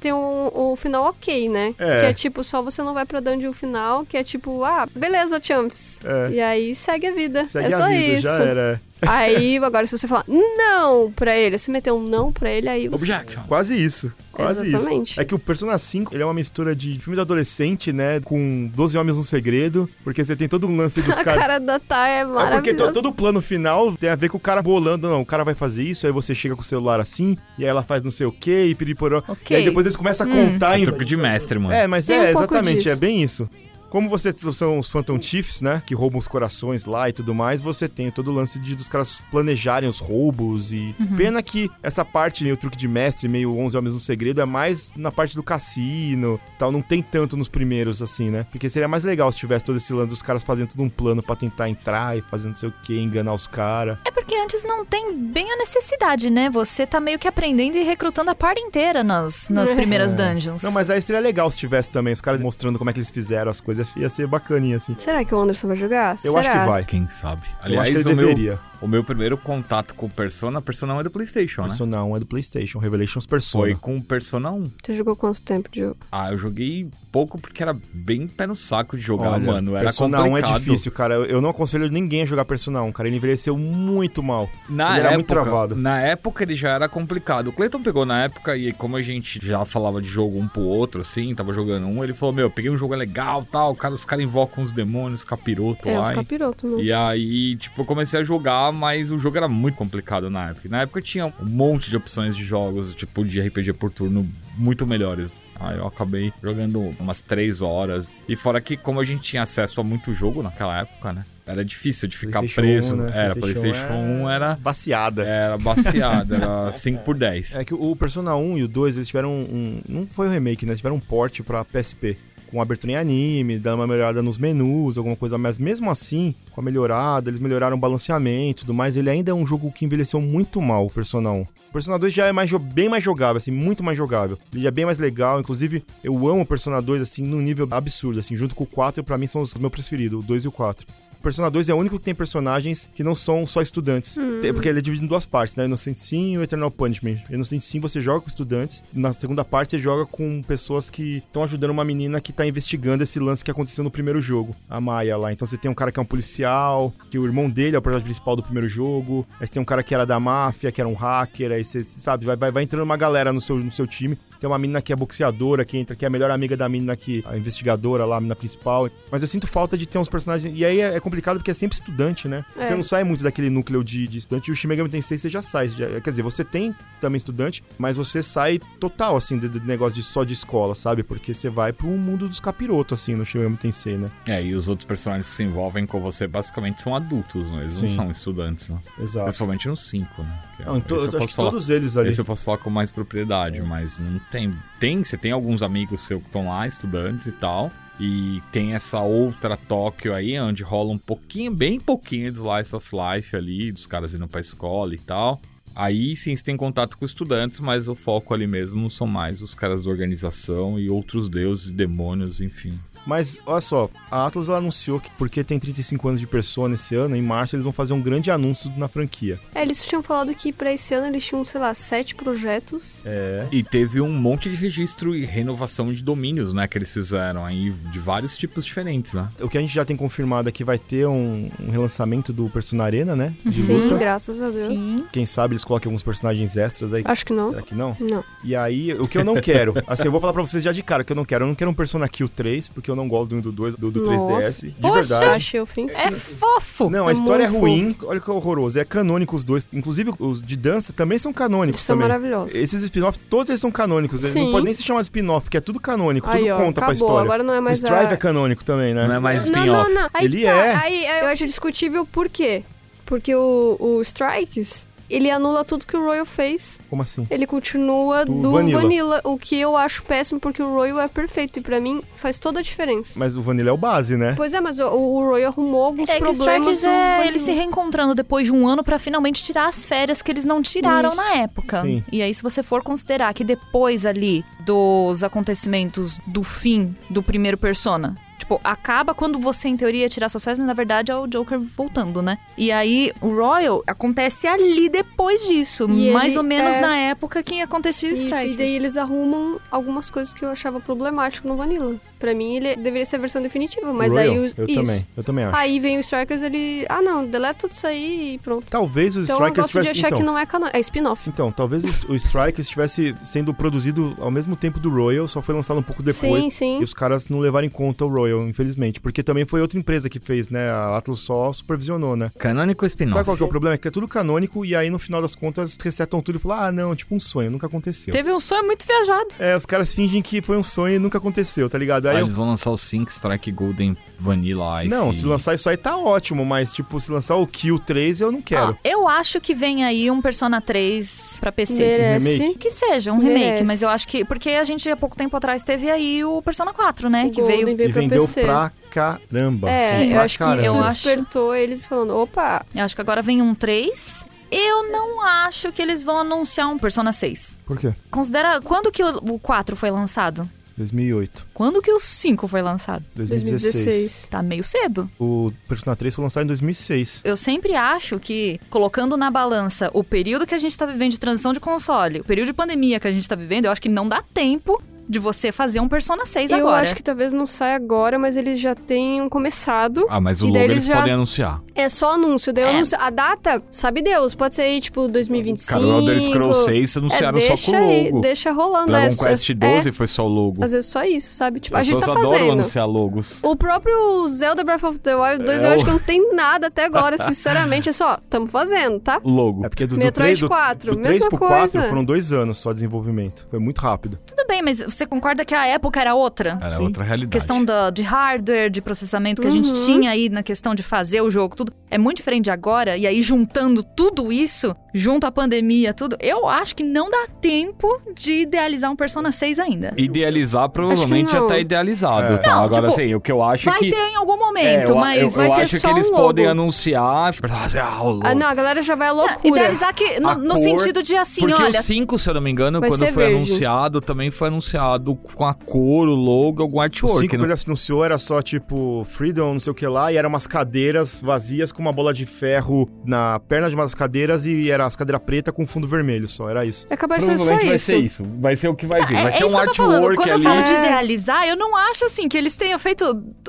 S2: Tem um, o, o final ok, né?
S1: É.
S2: Que é tipo, só você não vai pra dungeon final, que é tipo, ah, beleza, champs.
S1: É.
S2: E aí segue a vida.
S1: Segue
S2: é só
S1: a vida,
S2: isso.
S1: já era.
S2: Aí, agora, se você falar não pra ele, se meter um não pra ele, aí você.
S4: Objection.
S1: Quase isso. Quase
S2: Exatamente.
S1: isso. É que o Persona 5 ele é uma mistura de filme de adolescente, né? Com 12 homens no segredo. Porque você tem todo um lance dos
S2: A
S1: caras.
S2: cara da Thay é
S1: É porque
S2: maravilhosa.
S1: to- todo o plano final tem a ver com o cara bolando, não, o cara vai fazer isso, aí você chega com o celular assim, e aí ela faz não sei o quê, e piriporó.
S3: Ok.
S1: E aí depois eles começam a
S3: Hum.
S1: contar
S4: É
S1: em...
S4: truque de mestre, mano.
S1: É, mas
S2: Tem
S1: é,
S2: um pouco
S1: exatamente,
S2: disso.
S1: é bem isso. Como você são os Phantom Chiefs, né? Que roubam os corações lá e tudo mais, você tem todo o lance de dos caras planejarem os roubos e.
S2: Uhum.
S1: Pena que essa parte, meio truque de mestre, meio 11 homens no segredo, é mais na parte do cassino tal. Não tem tanto nos primeiros, assim, né? Porque seria mais legal se tivesse todo esse lance dos caras fazendo todo um plano pra tentar entrar e fazendo não sei o que, enganar os caras.
S3: É porque antes não tem bem a necessidade, né? Você tá meio que aprendendo e recrutando a parte inteira nas, nas
S2: É.
S3: primeiras dungeons.
S1: Não, mas aí seria legal se tivesse também os caras mostrando como é que eles fizeram as coisas. Ia ser bacaninha, assim.
S2: Será que o Anderson vai jogar?
S1: Eu
S2: Será?
S1: acho que vai.
S4: Quem sabe?
S1: Eu acho
S4: Aliás,
S1: que ele
S4: o, meu,
S1: deveria.
S4: o meu primeiro contato com Persona, Persona 1 é do PlayStation, né?
S1: Persona 1 é do PlayStation, Revelations Persona.
S4: Foi com Persona 1.
S2: Você jogou quanto tempo de jogo?
S4: Ah, eu joguei pouco porque era bem pé no saco de jogar,
S1: Olha,
S4: mano. Era
S1: Persona
S4: complicado.
S1: 1 é difícil, cara. Eu- Eu não aconselho ninguém a jogar Persona 1, cara. Ele envelheceu muito mal.
S4: Na
S1: Ele
S4: época,
S1: era muito travado.
S4: Na época ele já era complicado. O Clayton pegou na época e como a gente já falava de jogo um pro outro, assim, tava jogando um, ele falou, meu, peguei um jogo legal tal, cara, os caras invocam os demônios, capiroto
S2: É,
S4: lá.
S2: os
S4: e-
S2: capiroto mesmo.
S4: E aí, tipo, eu comecei a jogar, mas o jogo era muito complicado na época. E Na época tinha um monte de opções de jogos, tipo, de RPG por turno muito melhores. Aí eu acabei jogando umas três horas. E fora que, como a gente tinha acesso a muito jogo naquela época, né? Era difícil de ficar
S1: PlayStation
S4: preso.
S1: 1, né?
S4: Era,
S1: PlayStation um
S4: PlayStation 1 era,
S1: Baciada. É.
S4: era baseado, era 5 por 10.
S1: que o Persona 1 e o 2, eles tiveram um... um- Não foi o remake, né? Eles tiveram um port pra PSP. Com abertura em anime, dando uma melhorada nos menus, alguma coisa. Mas mesmo assim, com a melhorada, eles melhoraram o balanceamento e tudo mais. Ele ainda é um jogo que envelheceu muito mal, o Persona 1. O Persona 2 já é mais, jo- bem mais jogável, assim, muito mais jogável. Ele é bem mais legal, inclusive eu amo o Persona 2, assim, num nível absurdo, assim, junto com o 4, pra mim são os meus preferidos, o 2 e o 4. Persona 2 é o único que tem personagens que não são só estudantes. Tem- Porque ele é dividido em duas partes, né? Innocent Sim e o Eternal Punishment. Innocent Sim você joga com estudantes, na segunda parte você joga com pessoas que estão ajudando uma menina que tá investigando esse lance que aconteceu no primeiro jogo, a Maia lá. Então você tem um cara que é um policial, que o irmão dele é o personagem principal do primeiro jogo, aí você tem um cara que era da máfia, que era um hacker, aí você, sabe, vai, vai, vai entrando uma galera no seu, no seu time. Tem uma menina que é boxeadora, que entra, que é a melhor amiga da menina que. é A investigadora lá, a menina principal. Mas eu sinto falta de ter uns personagens. E aí é é complicado porque é sempre estudante, né?
S2: É.
S1: Você não sai muito daquele núcleo de, de estudante. E o Shimegami Tensei você já sai. já- quer dizer, você tem também estudante, mas você sai total, assim, do, do negócio de só de escola, sabe? Porque você vai pro mundo dos capirotos, assim, no Shimegami Tensei, né?
S4: É, e os outros personagens que se envolvem com você basicamente são adultos, né? Eles
S1: Sim.
S4: não são estudantes, né?
S1: Exato.
S4: Principalmente nos cinco, né? Que é-
S1: Não, em to-
S4: esse
S1: eu acho que
S4: falar.
S1: todos eles ali.
S4: Esse é eu posso falar com mais propriedade, mas não tem. Tem, você tem alguns amigos seus que estão lá, estudantes e tal. E tem essa outra Tóquio aí, onde rola um pouquinho, bem pouquinho de slice of life ali, dos caras indo pra escola e tal. Aí sim você tem contato com estudantes, mas o foco ali mesmo são mais os caras da organização e outros deuses, demônios, enfim.
S1: Mas, olha só, a Atlas ela anunciou que porque tem 35 anos de Persona esse ano, em março eles vão fazer um grande anúncio na franquia.
S2: É, eles tinham falado que pra esse ano eles tinham, sei lá, sete projetos.
S1: É.
S4: E teve um monte de registro e renovação de domínios, né, que eles fizeram aí, de vários tipos diferentes, né?
S1: O que a gente já tem confirmado é que vai ter um, um relançamento do Persona Arena, né? De
S2: Sim,
S1: luta.
S2: graças a Deus.
S3: Sim.
S1: Quem sabe eles coloquem alguns personagens extras aí.
S2: Acho que não.
S1: Será que não?
S2: Não.
S1: E aí, o que eu não quero, assim, eu vou falar pra vocês já de cara, o que eu não quero. Eu não quero um Persona Kill 3, porque eu não gosto do 1 e do 2, do, do 3DS. De
S3: Poxa!
S1: verdade.
S2: Achei ofensivo.
S3: É fofo.
S1: Não, a
S2: É
S1: história é
S2: muito
S1: ruim. Olha que horroroso. É canônico os dois. Inclusive, os de dança também são canônicos
S2: São
S1: também.
S2: maravilhosos.
S1: Esses spin-off, todos eles são canônicos. Eles não
S2: Sim.
S1: podem nem se chamar de spin-off, porque é tudo canônico,
S2: Aí,
S1: tudo
S2: ó,
S1: conta pra
S2: acabou.
S1: história.
S2: Agora não é mais
S1: Strive
S2: a...
S1: é canônico também, né?
S4: Não é mais
S2: Não,
S4: spin-off.
S2: não, não. Aí
S1: Ele
S2: que tá.
S1: é.
S2: Aí, aí eu acho discutível por quê? Porque o, o Strikes, ele anula tudo que o Royal fez.
S1: Como assim?
S2: Ele continua
S1: Do
S2: do,
S1: Vanilla.
S2: Vanilla. o que eu acho péssimo, porque o Royal é perfeito. E pra mim, faz toda a diferença.
S1: Mas o Vanilla é o base, né?
S2: Pois é, mas o, o Royal arrumou alguns
S3: É que os
S2: problemas
S3: Strikers
S2: do
S3: é
S2: Vanilla.
S3: eles se reencontrando depois de um ano pra finalmente tirar as férias que eles não tiraram
S2: Isso.
S3: na época.
S1: Sim.
S3: E aí, se você for considerar que depois ali dos acontecimentos do fim do primeiro Persona, tipo, acaba quando você, em teoria, ia tirar suas férias, mas na verdade é o Joker voltando, né? E aí, o Royal acontece ali depois disso,
S2: E
S3: mais
S2: ele
S3: ou menos
S2: é-
S3: na época que acontecia o
S2: Isso,
S3: Strikers.
S2: e daí eles arrumam algumas coisas que eu achava problemático no Vanilla. Pra mim, ele deveria ser a versão definitiva, mas
S1: o
S2: aí...
S1: Royal,
S2: os-
S1: Eu
S2: isso. Ah,
S1: também, eu também acho.
S2: Aí vem o Strikers, ele... Ah, não, deleta tudo isso aí e pronto.
S1: Talvez os
S2: Então eu
S1: Strikers
S2: gosto de
S1: tivessem...
S2: achar
S1: Então,
S2: que não é canônico, é spin-off.
S1: então, talvez os- o Strikers estivesse sendo produzido ao mesmo tempo do Royal, só foi lançado um pouco depois.
S2: Sim, sim.
S1: E os caras não levaram em conta o Royal, infelizmente. Porque também foi outra empresa que fez, né? A Atlas só supervisionou, né?
S4: Canônico spin-off.
S1: Sabe qual que é o problema? É que é tudo canônico e aí no final das contas resetam tudo e falam, ah, não, tipo um sonho, nunca aconteceu.
S3: Teve um sonho muito viajado.
S1: É, os caras fingem que foi um sonho e nunca aconteceu, tá ligado? Aí
S4: Aí
S1: eu-
S4: eles vão lançar o 5 Strike Golden Vanilla Ice.
S1: Não, se lançar isso aí tá ótimo, mas tipo, se lançar o Kill 3 eu não quero.
S2: Ah,
S3: Ó, eu acho que vem aí um Persona 3 pra PC.
S2: Merece.
S1: remake.
S3: Que seja um remake,
S2: Merece.
S3: mas eu acho que. Porque a gente há pouco tempo atrás teve aí o Persona 4, né?
S2: O
S3: que
S2: Golden
S3: veio.
S1: E
S2: pra
S1: vendeu
S2: PC.
S1: pra caramba.
S2: É,
S1: sim,
S2: eu
S1: pra
S2: acho que
S1: caramba.
S2: isso
S3: Eu acho-
S2: despertou eles falando, opa,
S3: Eu acho que agora vem um 3. Eu não acho que eles vão anunciar um Persona 6.
S1: Por quê?
S3: Considera. Quando que o 4 foi lançado?
S1: 2008,
S3: Quando que o 5 foi lançado?
S1: 2016.
S2: 2016.
S3: Tá meio cedo.
S1: O Persona 3 foi lançado em 2006.
S3: Eu sempre acho que, colocando na balança o período que a gente tá vivendo de transição de console, o período de pandemia que a gente tá vivendo, eu acho que não dá tempo de você fazer um Persona 6
S2: Eu
S3: agora.
S2: acho que talvez não saia agora, mas eles já tenham começado.
S4: Ah, mas o
S2: E
S4: logo
S2: daí
S4: eles
S2: eles já-
S4: podem anunciar.
S2: É só anúncio, daí eu
S3: É.
S2: anúncio. A data, sabe Deus, pode ser aí, tipo, 2025.
S4: Cara, o Elder Scrolls 6 anunciaram
S2: é,
S4: só
S2: deixa
S4: com o
S2: aí,
S4: logo.
S2: deixa rolando. é,
S4: Dragon
S2: só-
S4: Quest
S2: é,
S4: 12 foi só o logo.
S2: às vezes só isso, sabe? Tipo, a
S4: As
S2: gente
S4: pessoas
S2: tá
S4: adoram
S2: fazendo.
S4: anunciar logos.
S2: O próprio Zelda Breath of the Wild 2,
S4: É,
S2: eu
S4: o-
S2: acho que não tem nada até agora, sinceramente. É só, tamo fazendo, tá?
S4: Logo.
S1: É porque do, do
S2: Metroid
S1: 3 do,
S2: 4,
S1: do 3
S2: mesma
S1: pro
S2: coisa.
S1: 4 foram dois anos só de desenvolvimento. Foi muito rápido.
S3: Tudo bem, mas você concorda que a época era outra?
S4: Era
S1: Sim.
S4: é outra realidade.
S3: questão da, de hardware, de processamento que a gente
S4: Uhum.
S3: tinha aí na questão de fazer o jogo, tudo é muito diferente de agora. E aí, juntando tudo isso, junto à pandemia, tudo, eu acho que não dá tempo de idealizar um Persona 6 ainda.
S4: Idealizar provavelmente já
S2: não.
S4: tá idealizado,
S1: É.
S4: tá?
S3: Não,
S4: Agora
S3: tipo,
S4: assim, o que eu acho
S3: Vai
S4: que.
S3: ter em algum
S4: É,
S3: momento,
S4: eu,
S3: mas.
S4: eu- eu
S2: Vai ter
S4: acho que
S2: só um
S4: eles
S2: logo.
S4: podem anunciar. tipo, Ah, o logo.
S2: Ah, não, a galera já vai à loucura.
S3: Idealizar que,
S4: A
S3: no, no
S4: cor,
S3: sentido de assim,
S4: Porque
S3: olha,
S4: o 5, se eu não me engano,
S2: Vai
S4: quando
S2: ser
S4: foi
S2: verde.
S4: anunciado, também foi anunciado misturado com a cor, o logo, algum
S1: Os
S4: artwork.
S1: cinco que
S4: né?
S1: ele anunciou era só tipo Freedom, não sei o que lá, e eram umas cadeiras vazias com uma bola de ferro na perna de uma das cadeiras e era as cadeiras pretas com fundo vermelho só, era isso.
S2: Acabar É de fazer só
S5: Provavelmente vai
S2: isso.
S5: ser isso. Vai ser o que vai vir.
S3: É,
S5: Vai
S3: é
S5: ser
S3: isso
S5: um
S3: que eu tô falando.
S5: artwork
S3: Quando
S5: ali.
S3: eu falo de
S2: É.
S3: idealizar, eu não acho assim que eles tenham feito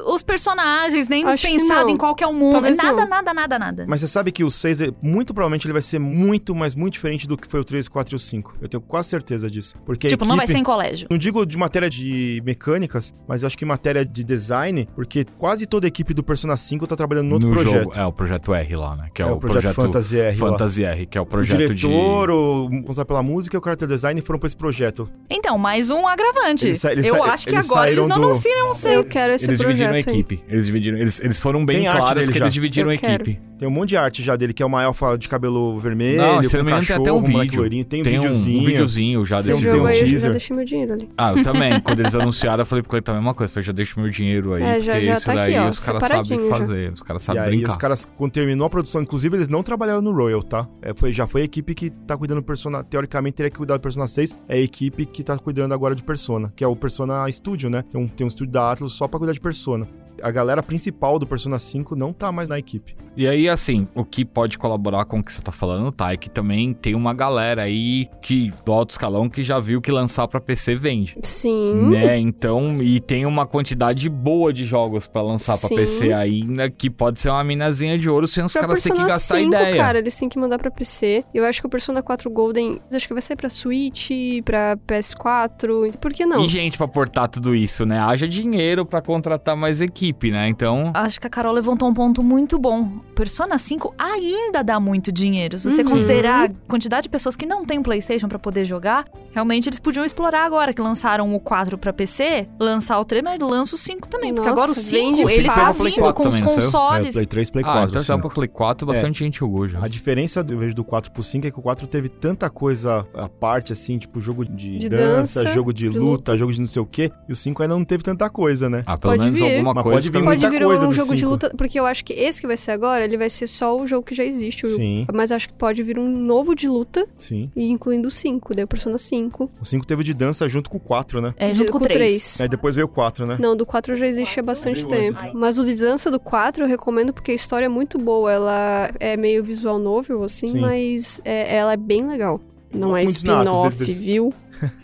S3: os personagens, nem
S2: Acho que
S3: pensado
S2: não.
S3: em qual que é o mundo.
S2: Talvez
S3: nada,
S2: não.
S3: nada, nada, nada.
S1: Mas você sabe que o 6, é- muito provavelmente ele vai ser muito, mas muito diferente do que foi o 3, o 4 e o 5. Eu tenho quase certeza disso. Porque
S3: tipo,
S1: a equipe...
S3: não vai ser em colégio.
S1: Não digo de matéria de mecânicas, mas eu acho que em matéria de design, porque quase toda a equipe do Persona 5 tá trabalhando no outro
S4: no
S1: projeto.
S4: jogo. É, o projeto R lá, né? Que é,
S1: É o projeto Fantasy R lá.
S4: Fantasy R, que é o
S1: O
S4: projeto
S1: diretor,
S4: de.
S1: o responsável pela música e o character design foram pra esse projeto.
S3: Então, mais um agravante.
S1: Eles sa- eles
S3: eu
S1: sa-
S3: acho que
S1: eles
S3: agora eles
S1: saíram
S3: não
S1: do-
S3: anunciam um
S2: Eu quero esse
S4: Eles dividiram a
S2: projeto aí.
S4: equipe. Eles dividiram. Eles, eles foram bem
S1: Tem arte
S4: claros
S1: dele
S4: que
S1: já.
S4: eles dividiram
S2: Eu
S4: a
S2: quero.
S4: equipe.
S1: Tem um monte de arte já dele, que é uma elfa de cabelo vermelho,
S4: Não, se
S1: com
S4: não
S1: um
S4: me engano, tem
S1: cachorro,
S4: até um
S1: um moleque
S4: vídeo.
S1: loirinho. Tem um
S4: Tem um
S1: videozinho.
S4: um videozinho já
S1: Tem um-
S2: Esse
S4: desse
S1: tem
S2: jogo
S1: um
S2: aí eu já
S1: teaser.
S2: deixei meu dinheiro ali.
S4: Ah, eu também. Quando eles anunciaram, eu falei pro Cleiton a mesma coisa. Eu falei, já deixa o meu dinheiro aí.
S2: É, já-
S4: porque
S2: já
S4: isso
S2: tá aqui,
S4: daí
S2: ó,
S4: os caras sabem
S2: separadinho já.
S4: fazer. Os caras
S1: E
S4: sabem
S1: aí
S4: brincar.
S1: os caras, quando terminou a produção, inclusive, eles não trabalharam no Royal, tá? É, foi, já foi a equipe que tá cuidando do Persona, teoricamente teria que cuidar do Persona 6, é a equipe que tá cuidando agora de Persona, que é o Persona Studio, né? Tem um, tem um estúdio da Atlus só pra cuidar de Persona. A galera principal do Persona 5 não tá mais na equipe.
S4: E aí, assim, o que pode colaborar com o que você tá falando, tá? É que também tem uma galera aí que, do alto escalão que já viu que lançar pra PC vende.
S2: Sim.
S4: Né? Então, e tem uma quantidade boa de jogos pra lançar pra
S2: Sim.
S4: PC ainda, que pode ser uma minazinha de ouro sem os
S2: Pra
S4: caras terem que
S2: Persona
S4: gastar
S2: 5,
S4: ideia.
S2: cara, eles têm que mandar pra PC. Eu acho que o Persona 4 Golden, acho que vai ser pra Switch, pra PS4, por que não?
S4: E gente pra portar tudo isso, né? Haja dinheiro pra contratar mais equipe, né? Então,
S1: Ah,
S3: Acho que a Carol levantou um ponto muito bom. Persona 5 ainda dá muito dinheiro. Se você
S2: Uhum.
S3: considerar a quantidade de pessoas que não tem PlayStation pra poder jogar, realmente eles podiam explorar agora que lançaram o 4 pra PC, lançar o 3, mas lança o 5 também, porque
S2: Nossa,
S3: agora o 5
S2: vende
S3: ele tá
S2: fácil. Saiu pra Play
S3: vindo com
S4: 4
S3: os
S4: também, não saiu?
S1: Saiu
S3: consoles.
S1: Play 3, Play
S4: ah,
S1: 4.
S4: então saiu
S1: assim.
S4: pro Play 4, bastante gente jogou já.
S1: A diferença, eu vejo, do 4 pro 5 é que o 4 teve tanta coisa à parte, assim, tipo jogo de,
S2: De
S1: dança,
S2: dança,
S1: jogo de,
S2: de
S1: luta, jogo de não sei o quê, e o 5 ainda não teve tanta coisa, né?
S4: Ah, pelo
S2: Pode
S4: menos
S2: vir.
S4: alguma
S1: Mas
S4: coisa.
S1: pode vir
S4: pelo
S1: muita
S2: Pode virar
S1: coisa
S2: um
S1: do
S2: jogo de
S1: cinco.
S2: luta, porque eu acho que esse que vai ser agora, ele vai ser só o jogo que já existe. o-
S1: Sim,
S2: Mas eu acho que pode vir um novo de luta,
S1: sim.
S2: e incluindo o 5, daí o Persona 5.
S1: O 5 teve de dança junto com o 4, né?
S3: É,
S2: de-
S3: junto com o
S2: com
S3: 3.
S2: três.
S1: Aí depois veio o 4, né?
S2: Não, do 4 já existe há bastante tempo. Mas o de dança do 4 eu recomendo porque a história é muito boa. Ela é meio visual novel, assim,
S1: Sim.
S2: mas é- ela é bem legal. Não é
S1: Muitos natos
S2: spin-off,
S1: desse-
S2: viu?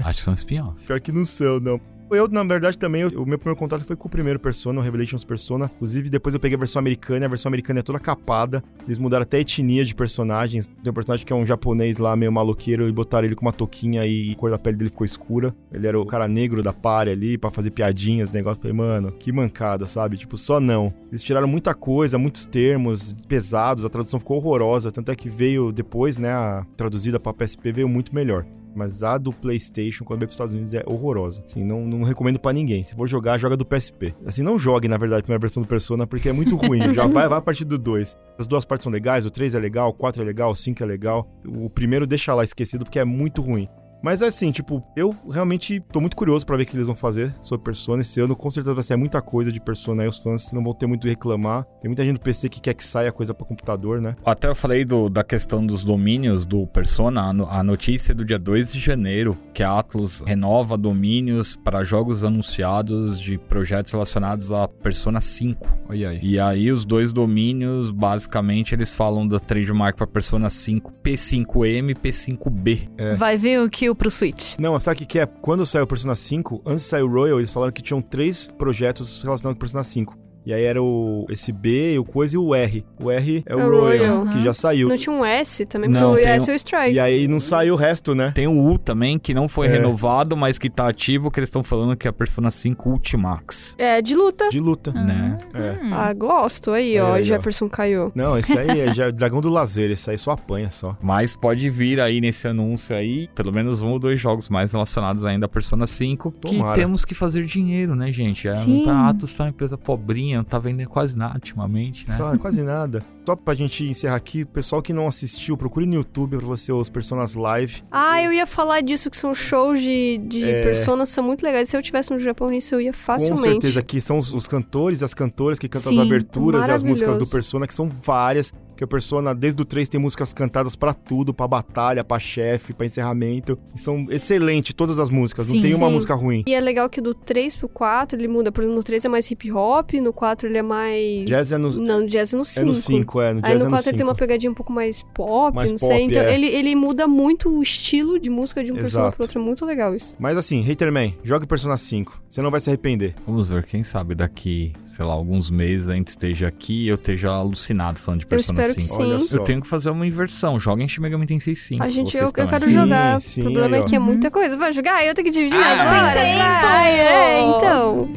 S4: Acho que são spin-off.
S1: Pior que não são, não. Eu, na verdade, também, eu- o meu primeiro contato foi com o primeiro Persona, o Revelations Persona. Inclusive, depois eu peguei a versão americana, e a versão americana é toda capada. Eles mudaram até a etnia de personagens. Tem um personagem que é um japonês lá, meio maloqueiro, e botaram ele com uma touquinha e a cor da pele dele ficou escura. Ele era o cara negro da pare ali, pra fazer piadinhas, negócio. Falei, mano, que mancada, sabe? Tipo, só não. Eles tiraram muita coisa, muitos termos pesados, a tradução ficou horrorosa. Tanto é que veio depois, né, a traduzida pra PSP veio muito melhor. Mas a do PlayStation, quando veio pros Estados Unidos, é horrorosa. Assim, não, não recomendo pra ninguém. Se for jogar, joga do PSP. Assim, não jogue, na verdade, a primeira versão do Persona, porque é muito ruim. Já vai, vai a partir do 2. As duas partes são legais, o 3 é legal, o 4 é legal, o 5 é legal. O primeiro deixa lá esquecido, porque é muito ruim. Mas assim, tipo, eu realmente tô muito curioso pra ver o que eles vão fazer sobre Persona esse ano. Com certeza vai ser muita coisa de Persona aí, os fãs não vão ter muito o que reclamar. Tem muita gente do PC que quer que saia coisa pra computador, né?
S4: Até eu falei do- da questão dos domínios do Persona, a, no- a notícia do dia 2 de janeiro, que a Atlus renova domínios para jogos anunciados de projetos relacionados a Persona 5.
S1: Olha aí.
S4: E aí os dois domínios, basicamente, eles falam da trademark para Persona 5 P5M e P5B.
S1: É.
S3: Vai vir o Kill pro Switch.
S1: Não, sabe o que, que é? Quando saiu o Persona 5, antes de sair o Royal, eles falaram que tinham três projetos relacionados com o Persona 5. E aí era o esse B, o coisa e o R. O R é o,
S2: É o
S1: Royal,
S2: Royal.
S1: que já saiu.
S2: Não tinha um S também,
S4: Não,
S2: porque o
S4: tem
S2: S é o Strike.
S1: E aí não saiu o resto, né?
S4: Tem o U também, que não foi
S1: É.
S4: renovado, mas que tá ativo, que eles estão falando que é a Persona 5 Ultimax.
S2: É, de luta.
S1: De luta.
S4: Né?
S3: Hum.
S1: É.
S2: Ah, gosto. Aí,
S1: Aí,
S2: ó,
S1: aí, ó.
S2: Jefferson caiu.
S1: Não, esse aí é já Dragão do Lazer, esse aí só apanha só.
S4: Mas pode vir aí nesse anúncio aí, pelo menos um ou dois jogos mais relacionados ainda a Persona 5,
S1: Tomara.
S4: que temos que fazer dinheiro, né, gente? É,
S3: Sim.
S4: A Atos tá uma empresa pobrinha, não tá vendendo quase nada ultimamente, né?
S1: Só, quase nada. Só pra gente encerrar aqui, pessoal que não assistiu, procure no YouTube pra você os Personas Live.
S2: Ah, eu ia falar disso, que são shows de, de
S1: É.
S2: personas, são muito legais. Se eu tivesse no Japão nisso, eu ia
S1: Com
S2: facilmente.
S1: certeza que são os, os cantores e as cantoras que cantam
S3: Sim,
S1: as aberturas e as músicas do
S2: maravilhoso.
S1: Persona, que são várias. Porque o Persona, desde o 3, tem músicas cantadas pra tudo, pra batalha, pra chefe, pra encerramento. E são excelentes todas as músicas, não
S3: Sim.
S1: tem uma
S2: Sim.
S1: música ruim.
S2: E é legal que do 3 pro 4 ele muda. Por exemplo, no 3 é mais hip hop, no 4 ele é mais.
S1: Jazz é no,
S2: Não, no jazz é no 5.
S1: é no 5, é. No
S2: Aí
S1: jazz
S2: no
S1: é no
S2: 4 ele tem
S1: 5.
S2: uma pegadinha um pouco mais pop,
S1: Mais
S2: não
S1: pop,
S2: sei. Então
S1: é.
S2: ele, ele muda muito o estilo de música de um personagem
S1: Exato.
S2: pro outro. É muito legal isso.
S1: Mas assim, Haterman, jogue Persona 5. Você não vai se arrepender.
S4: Vamos ver, quem sabe daqui, sei lá, alguns meses a gente esteja aqui e eu esteja alucinado falando de
S2: Eu
S4: Persona
S2: espero
S4: 5.
S2: que sim.
S1: Olha só.
S4: Eu tenho que fazer uma inversão. Joga em Shin Megami Tensei 5.
S2: A gente,
S4: vocês assim.
S2: eu, eu
S4: estão
S2: quero
S4: aí.
S2: jogar.
S1: Sim, sim,
S2: o problema
S1: aí, ó.
S2: é que é muita coisa pra jogar. Eu tenho que dividir
S3: Ah,
S2: minhas
S4: tem
S2: horas.
S3: tempo!
S2: Ah, é, então.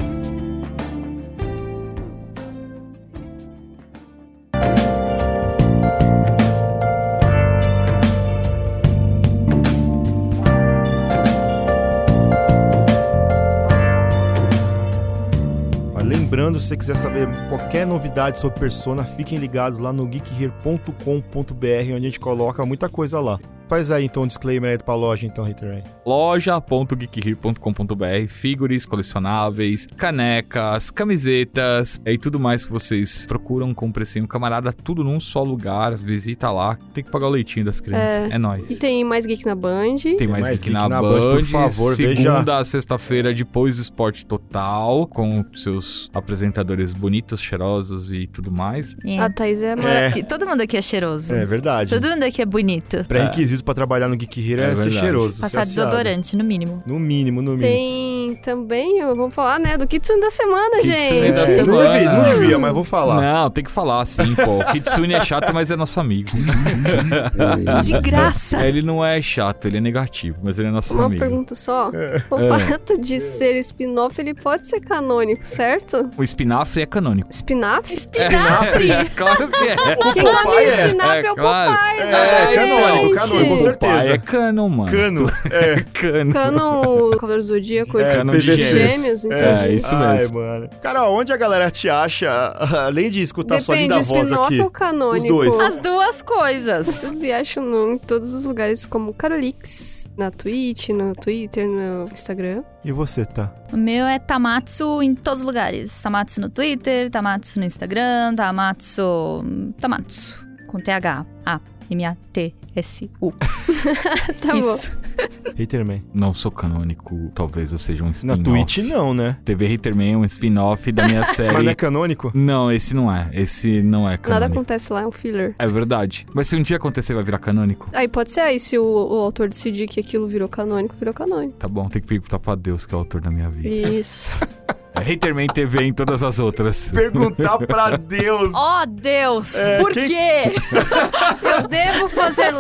S1: Mas lembrando, se você quiser saber qualquer novidade sobre Persona, fiquem ligados lá no geekhere.com.br, onde a gente coloca muita coisa lá. Faz aí então um disclaimer aí pra loja, então, Haterman.
S4: loja.geekhere.com.br, figuras colecionáveis, canecas, camisetas é, e tudo mais que vocês procuram com precinho camarada, tudo num só lugar, visita lá, tem que pagar o leitinho das crianças, é, nóis.
S2: E tem mais Geek na Band.
S4: Tem mais Geek, na, Band,
S1: por favor, veja.
S4: segunda a sexta-feira depois do Esporte Total, com seus apresentadores bonitos, cheirosos e tudo mais.
S2: A Thaís é maravilhosa.
S1: É,
S3: Que- Todo mundo aqui é cheiroso.
S1: é verdade.
S3: Todo mundo aqui é bonito.
S1: Pré-requisito pra trabalhar no Geek Here é,
S4: É
S1: ser
S4: verdade.
S1: cheiroso. ser
S3: Passar
S1: assiado.
S3: desodorante, no mínimo.
S1: No mínimo, no mínimo.
S2: Tem também, ó, vamos falar, né, do Kitsune da semana,
S4: Kitsune
S1: É,
S4: da
S2: gente.
S4: semana.
S1: não, devia, não devia, mas vou falar.
S4: Não, tem que falar sim, pô. O Kitsune é chato, mas é nosso amigo.
S3: De graça.
S4: ele não é chato, ele é negativo, mas ele é nosso
S2: Uma
S4: amigo.
S2: pergunta só.
S1: É.
S2: O fato de ser spin-off, ele pode ser canônico, certo?
S4: O espinafre é canônico.
S2: Spin-off?
S4: Espinafre? claro que é.
S2: Quem come
S1: Popeye é.
S2: espinafre é, o né?
S4: claro.
S1: É,
S2: papai, exatamente.
S1: canônico, canônico, com certeza.
S4: Pai, é canon, mano.
S1: Cano. É,
S4: Cano.
S2: Canon, o Cavaleiro do Zodíaco,
S1: É,
S4: Canon de
S1: PVC.
S4: gêmeos.
S2: Gêmeos, entendi.
S4: É, isso
S1: Ai,
S4: mesmo.
S1: mano. Cara, onde a galera te acha, além de escutar sua
S2: Depende,
S1: Tá linda
S2: o
S1: voz
S2: spin-off
S1: aqui?
S2: ou canônico?
S1: dois.
S3: As duas coisas.
S2: Vocês me acham no- em todos os lugares, como Carolix, na Twitch, no Twitter, no Instagram.
S1: E você, tá?
S3: O meu é Tamatsu em todos os lugares. Tamatsu no Twitter, Tamatsu no Instagram, Tamatsu. Tamatsu. Com T-H. A. M-A-T-S-U.
S2: Tá bom.
S3: Isso.
S1: Haterman.
S4: Não sou canônico, talvez eu seja um
S1: Na
S4: spin-off.
S1: Twitch, não, né?
S4: TV Haterman é um spin-off da minha
S1: Mas
S4: série.
S1: não é canônico?
S4: Não, esse não é. Esse não é
S2: Nada
S4: canônico.
S2: acontece lá, é um filler.
S4: É verdade. Mas se um dia acontecer, vai virar canônico?
S2: Aí pode ser aí, se o, o autor decidir que aquilo virou canônico, virou canônico.
S4: Tá bom, tem que perguntar pra Deus, que é o autor da minha vida.
S2: Isso.
S4: É Haterman TV em todas as outras.
S1: Perguntar pra Deus.
S3: Oh, Deus!
S1: É,
S3: por
S1: quem-
S3: quê?
S2: Eu devo fazer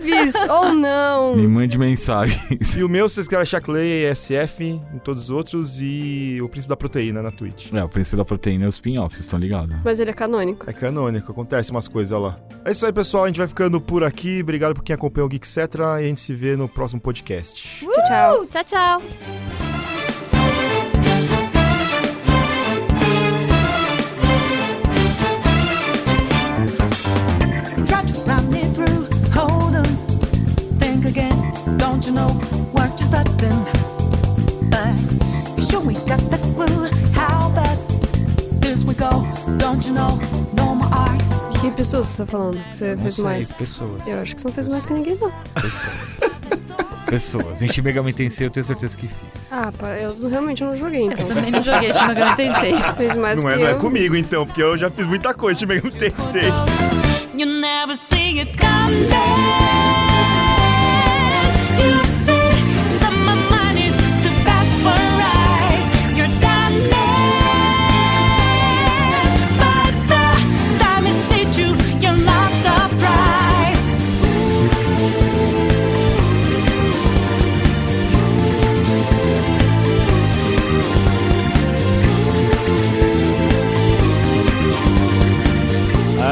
S2: lives ou não?
S4: Me mande mensagens.
S1: E o meu, vocês querem achar Clay, SF, em todos os outros, e o Príncipe da Proteína na Twitch.
S4: É, o príncipe da proteína é o spin-off, vocês estão ligados?
S2: Mas ele é canônico.
S1: É canônico, acontece umas coisas lá. É isso aí, pessoal. A gente vai ficando por aqui. Obrigado por quem acompanhou o Geek Cetra e a gente se vê no próximo podcast.
S2: Tchau, tchau.
S3: Uh, Tchau, tchau.
S5: Try to run me through. Hold on. Think again. Don't you know what you're starting? But you sure we got the clue. How bad this we go? Don't you know? No more art.
S2: Que pessoas você tá falando que você fez mais?
S4: pessoas.
S2: Eu acho que você não fez mais que ninguém, não.
S4: Pessoas. pessoas. Em Shin Megami Tensei, eu tenho certeza que fiz.
S2: Ah, pá, eu realmente não joguei, então.
S3: Eu também não é, joguei Shin Megami Tensei.
S2: Fez mais
S1: Não é,
S2: que
S1: não
S2: eu.
S1: é comigo, então, porque eu já fiz muita coisa de Mega TC.
S5: You never see it coming. You see that my mind is to pasteurize. You're done But the time it hit you, you're not surprised.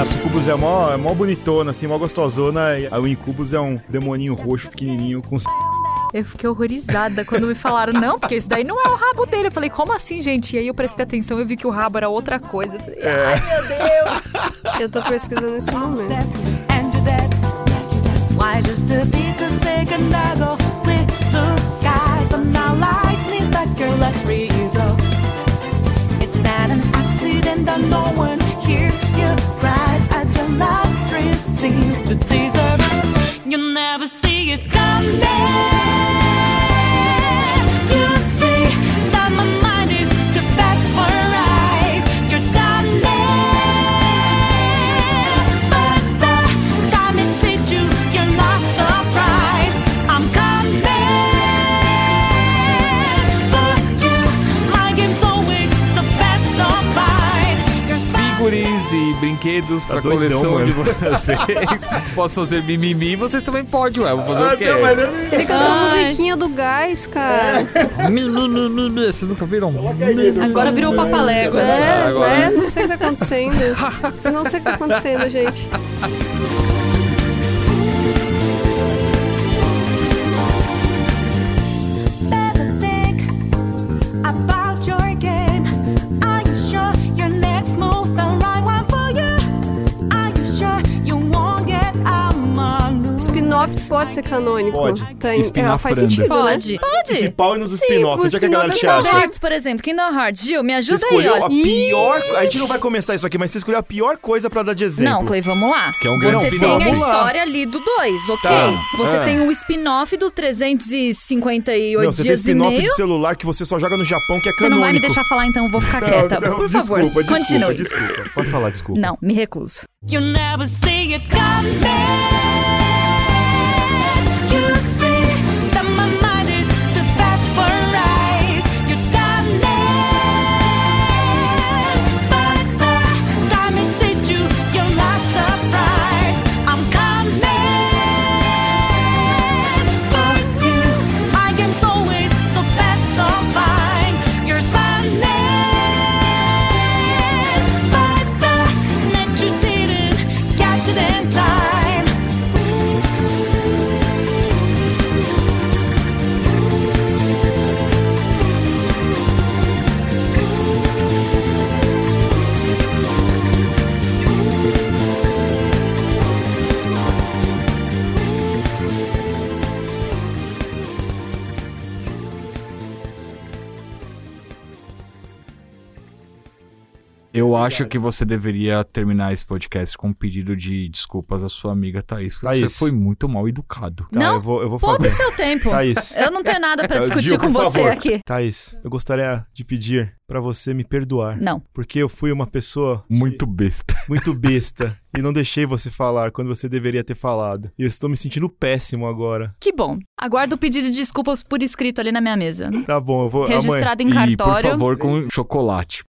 S1: A Sucubus é mó, é mó bonitona, assim, mó gostosona. E a- o Incubus é um demoninho roxo, pequenininho, com... c-
S3: Eu fiquei horrorizada quando me falaram, não, porque isso daí não é o rabo dele. Eu falei, como assim, gente? E aí eu prestei atenção e vi que o rabo era outra coisa. Eu falei,
S1: É.
S3: ai, meu Deus!
S2: Eu tô pesquisando nesse momento.
S5: And you're dead. Why just to be the second I go with the sky? But now lightning's that careless reason. It's not an accident that no one hears you cries at your last dream.
S4: brinquedos
S1: Tá
S4: pra
S1: doidão,
S4: coleção
S1: mano.
S4: de vocês. Posso fazer mimimi, vocês também podem, ué. Vou fazer o quê?
S1: Ah, não, mas eu-
S2: Ele cantou a
S3: Ai.
S2: musiquinha do gás, cara.
S4: Mimimimimi, Vocês nunca viram?
S3: Agora virou
S2: É,
S3: papaléguas.
S4: agora-
S2: né? Não sei o que tá acontecendo. Não sei o que tá acontecendo, gente.
S5: Better think about your game. Are you sure your next move's the right one for you? Are you sure you won't get out of my
S2: Spin-off pode ser canônico.
S1: Pode.
S2: Tá em-
S4: Espinafranda.
S2: é, faz sentido, né?
S3: Pode.
S1: Esse
S3: Pode.
S1: pau e nos
S2: Sim,
S1: spin-offs. Onde é que a
S2: os
S1: galera te
S2: spin-offs
S1: acha?
S2: são
S3: Hearts, por exemplo. Kingdom Hearts. Gil, me
S1: Você
S3: ajuda aí,
S1: escolheu
S3: olha.
S1: a pior. A gente não vai começar isso aqui, mas você escolheu a pior coisa pra dar de exemplo.
S3: Não, Clay, vamos lá.
S4: Que é um grande
S3: Você
S4: spin-off.
S3: tem a
S1: Vamos lá.
S3: história ali do 2, ok.
S4: Tá.
S3: Você
S4: É.
S3: tem um spin-off do 358
S1: Não, você tem
S3: dias e
S1: spin-off
S3: é meio.
S1: de celular que você só joga no Japão, que é
S3: Você
S1: canônico.
S3: não vai me deixar falar, então eu vou ficar quieta.
S1: Não, não,
S3: Por favor,
S1: desculpa, desculpa,
S3: continue.
S1: desculpa. Pode falar, desculpa.
S3: Não, me recuso.
S5: You never see it coming. You see that my mind is too fast for eyes. You done it, but the time it hit you, your last surprise. I'm coming for you. I am always so fast, so fine. You're smiling, but the that you didn't catch it in time.
S4: Eu acho que você deveria terminar esse podcast com um pedido de desculpas à sua amiga Thaís. Porque
S1: Thaís.
S4: você foi muito mal educado.
S1: Tá,
S3: Não,
S1: eu vou, eu vou
S3: Poupe
S1: fazer.
S3: seu tempo.
S1: Thaís.
S3: Eu não tenho nada pra discutir
S1: Gil, por
S3: com você
S1: favor.
S3: aqui.
S1: Thaís, eu gostaria de pedir pra você me perdoar.
S3: Não.
S1: Porque eu fui uma pessoa
S3: Um
S4: Muito besta.
S1: muito besta e não deixei você falar quando você deveria ter falado. E eu estou me sentindo péssimo agora.
S3: Que bom. Aguardo o pedido de desculpas por escrito ali na minha mesa.
S1: Tá bom, eu vou. Amanhã.
S3: Registrado em
S4: E, por
S3: cartório.
S4: favor, com chocolate.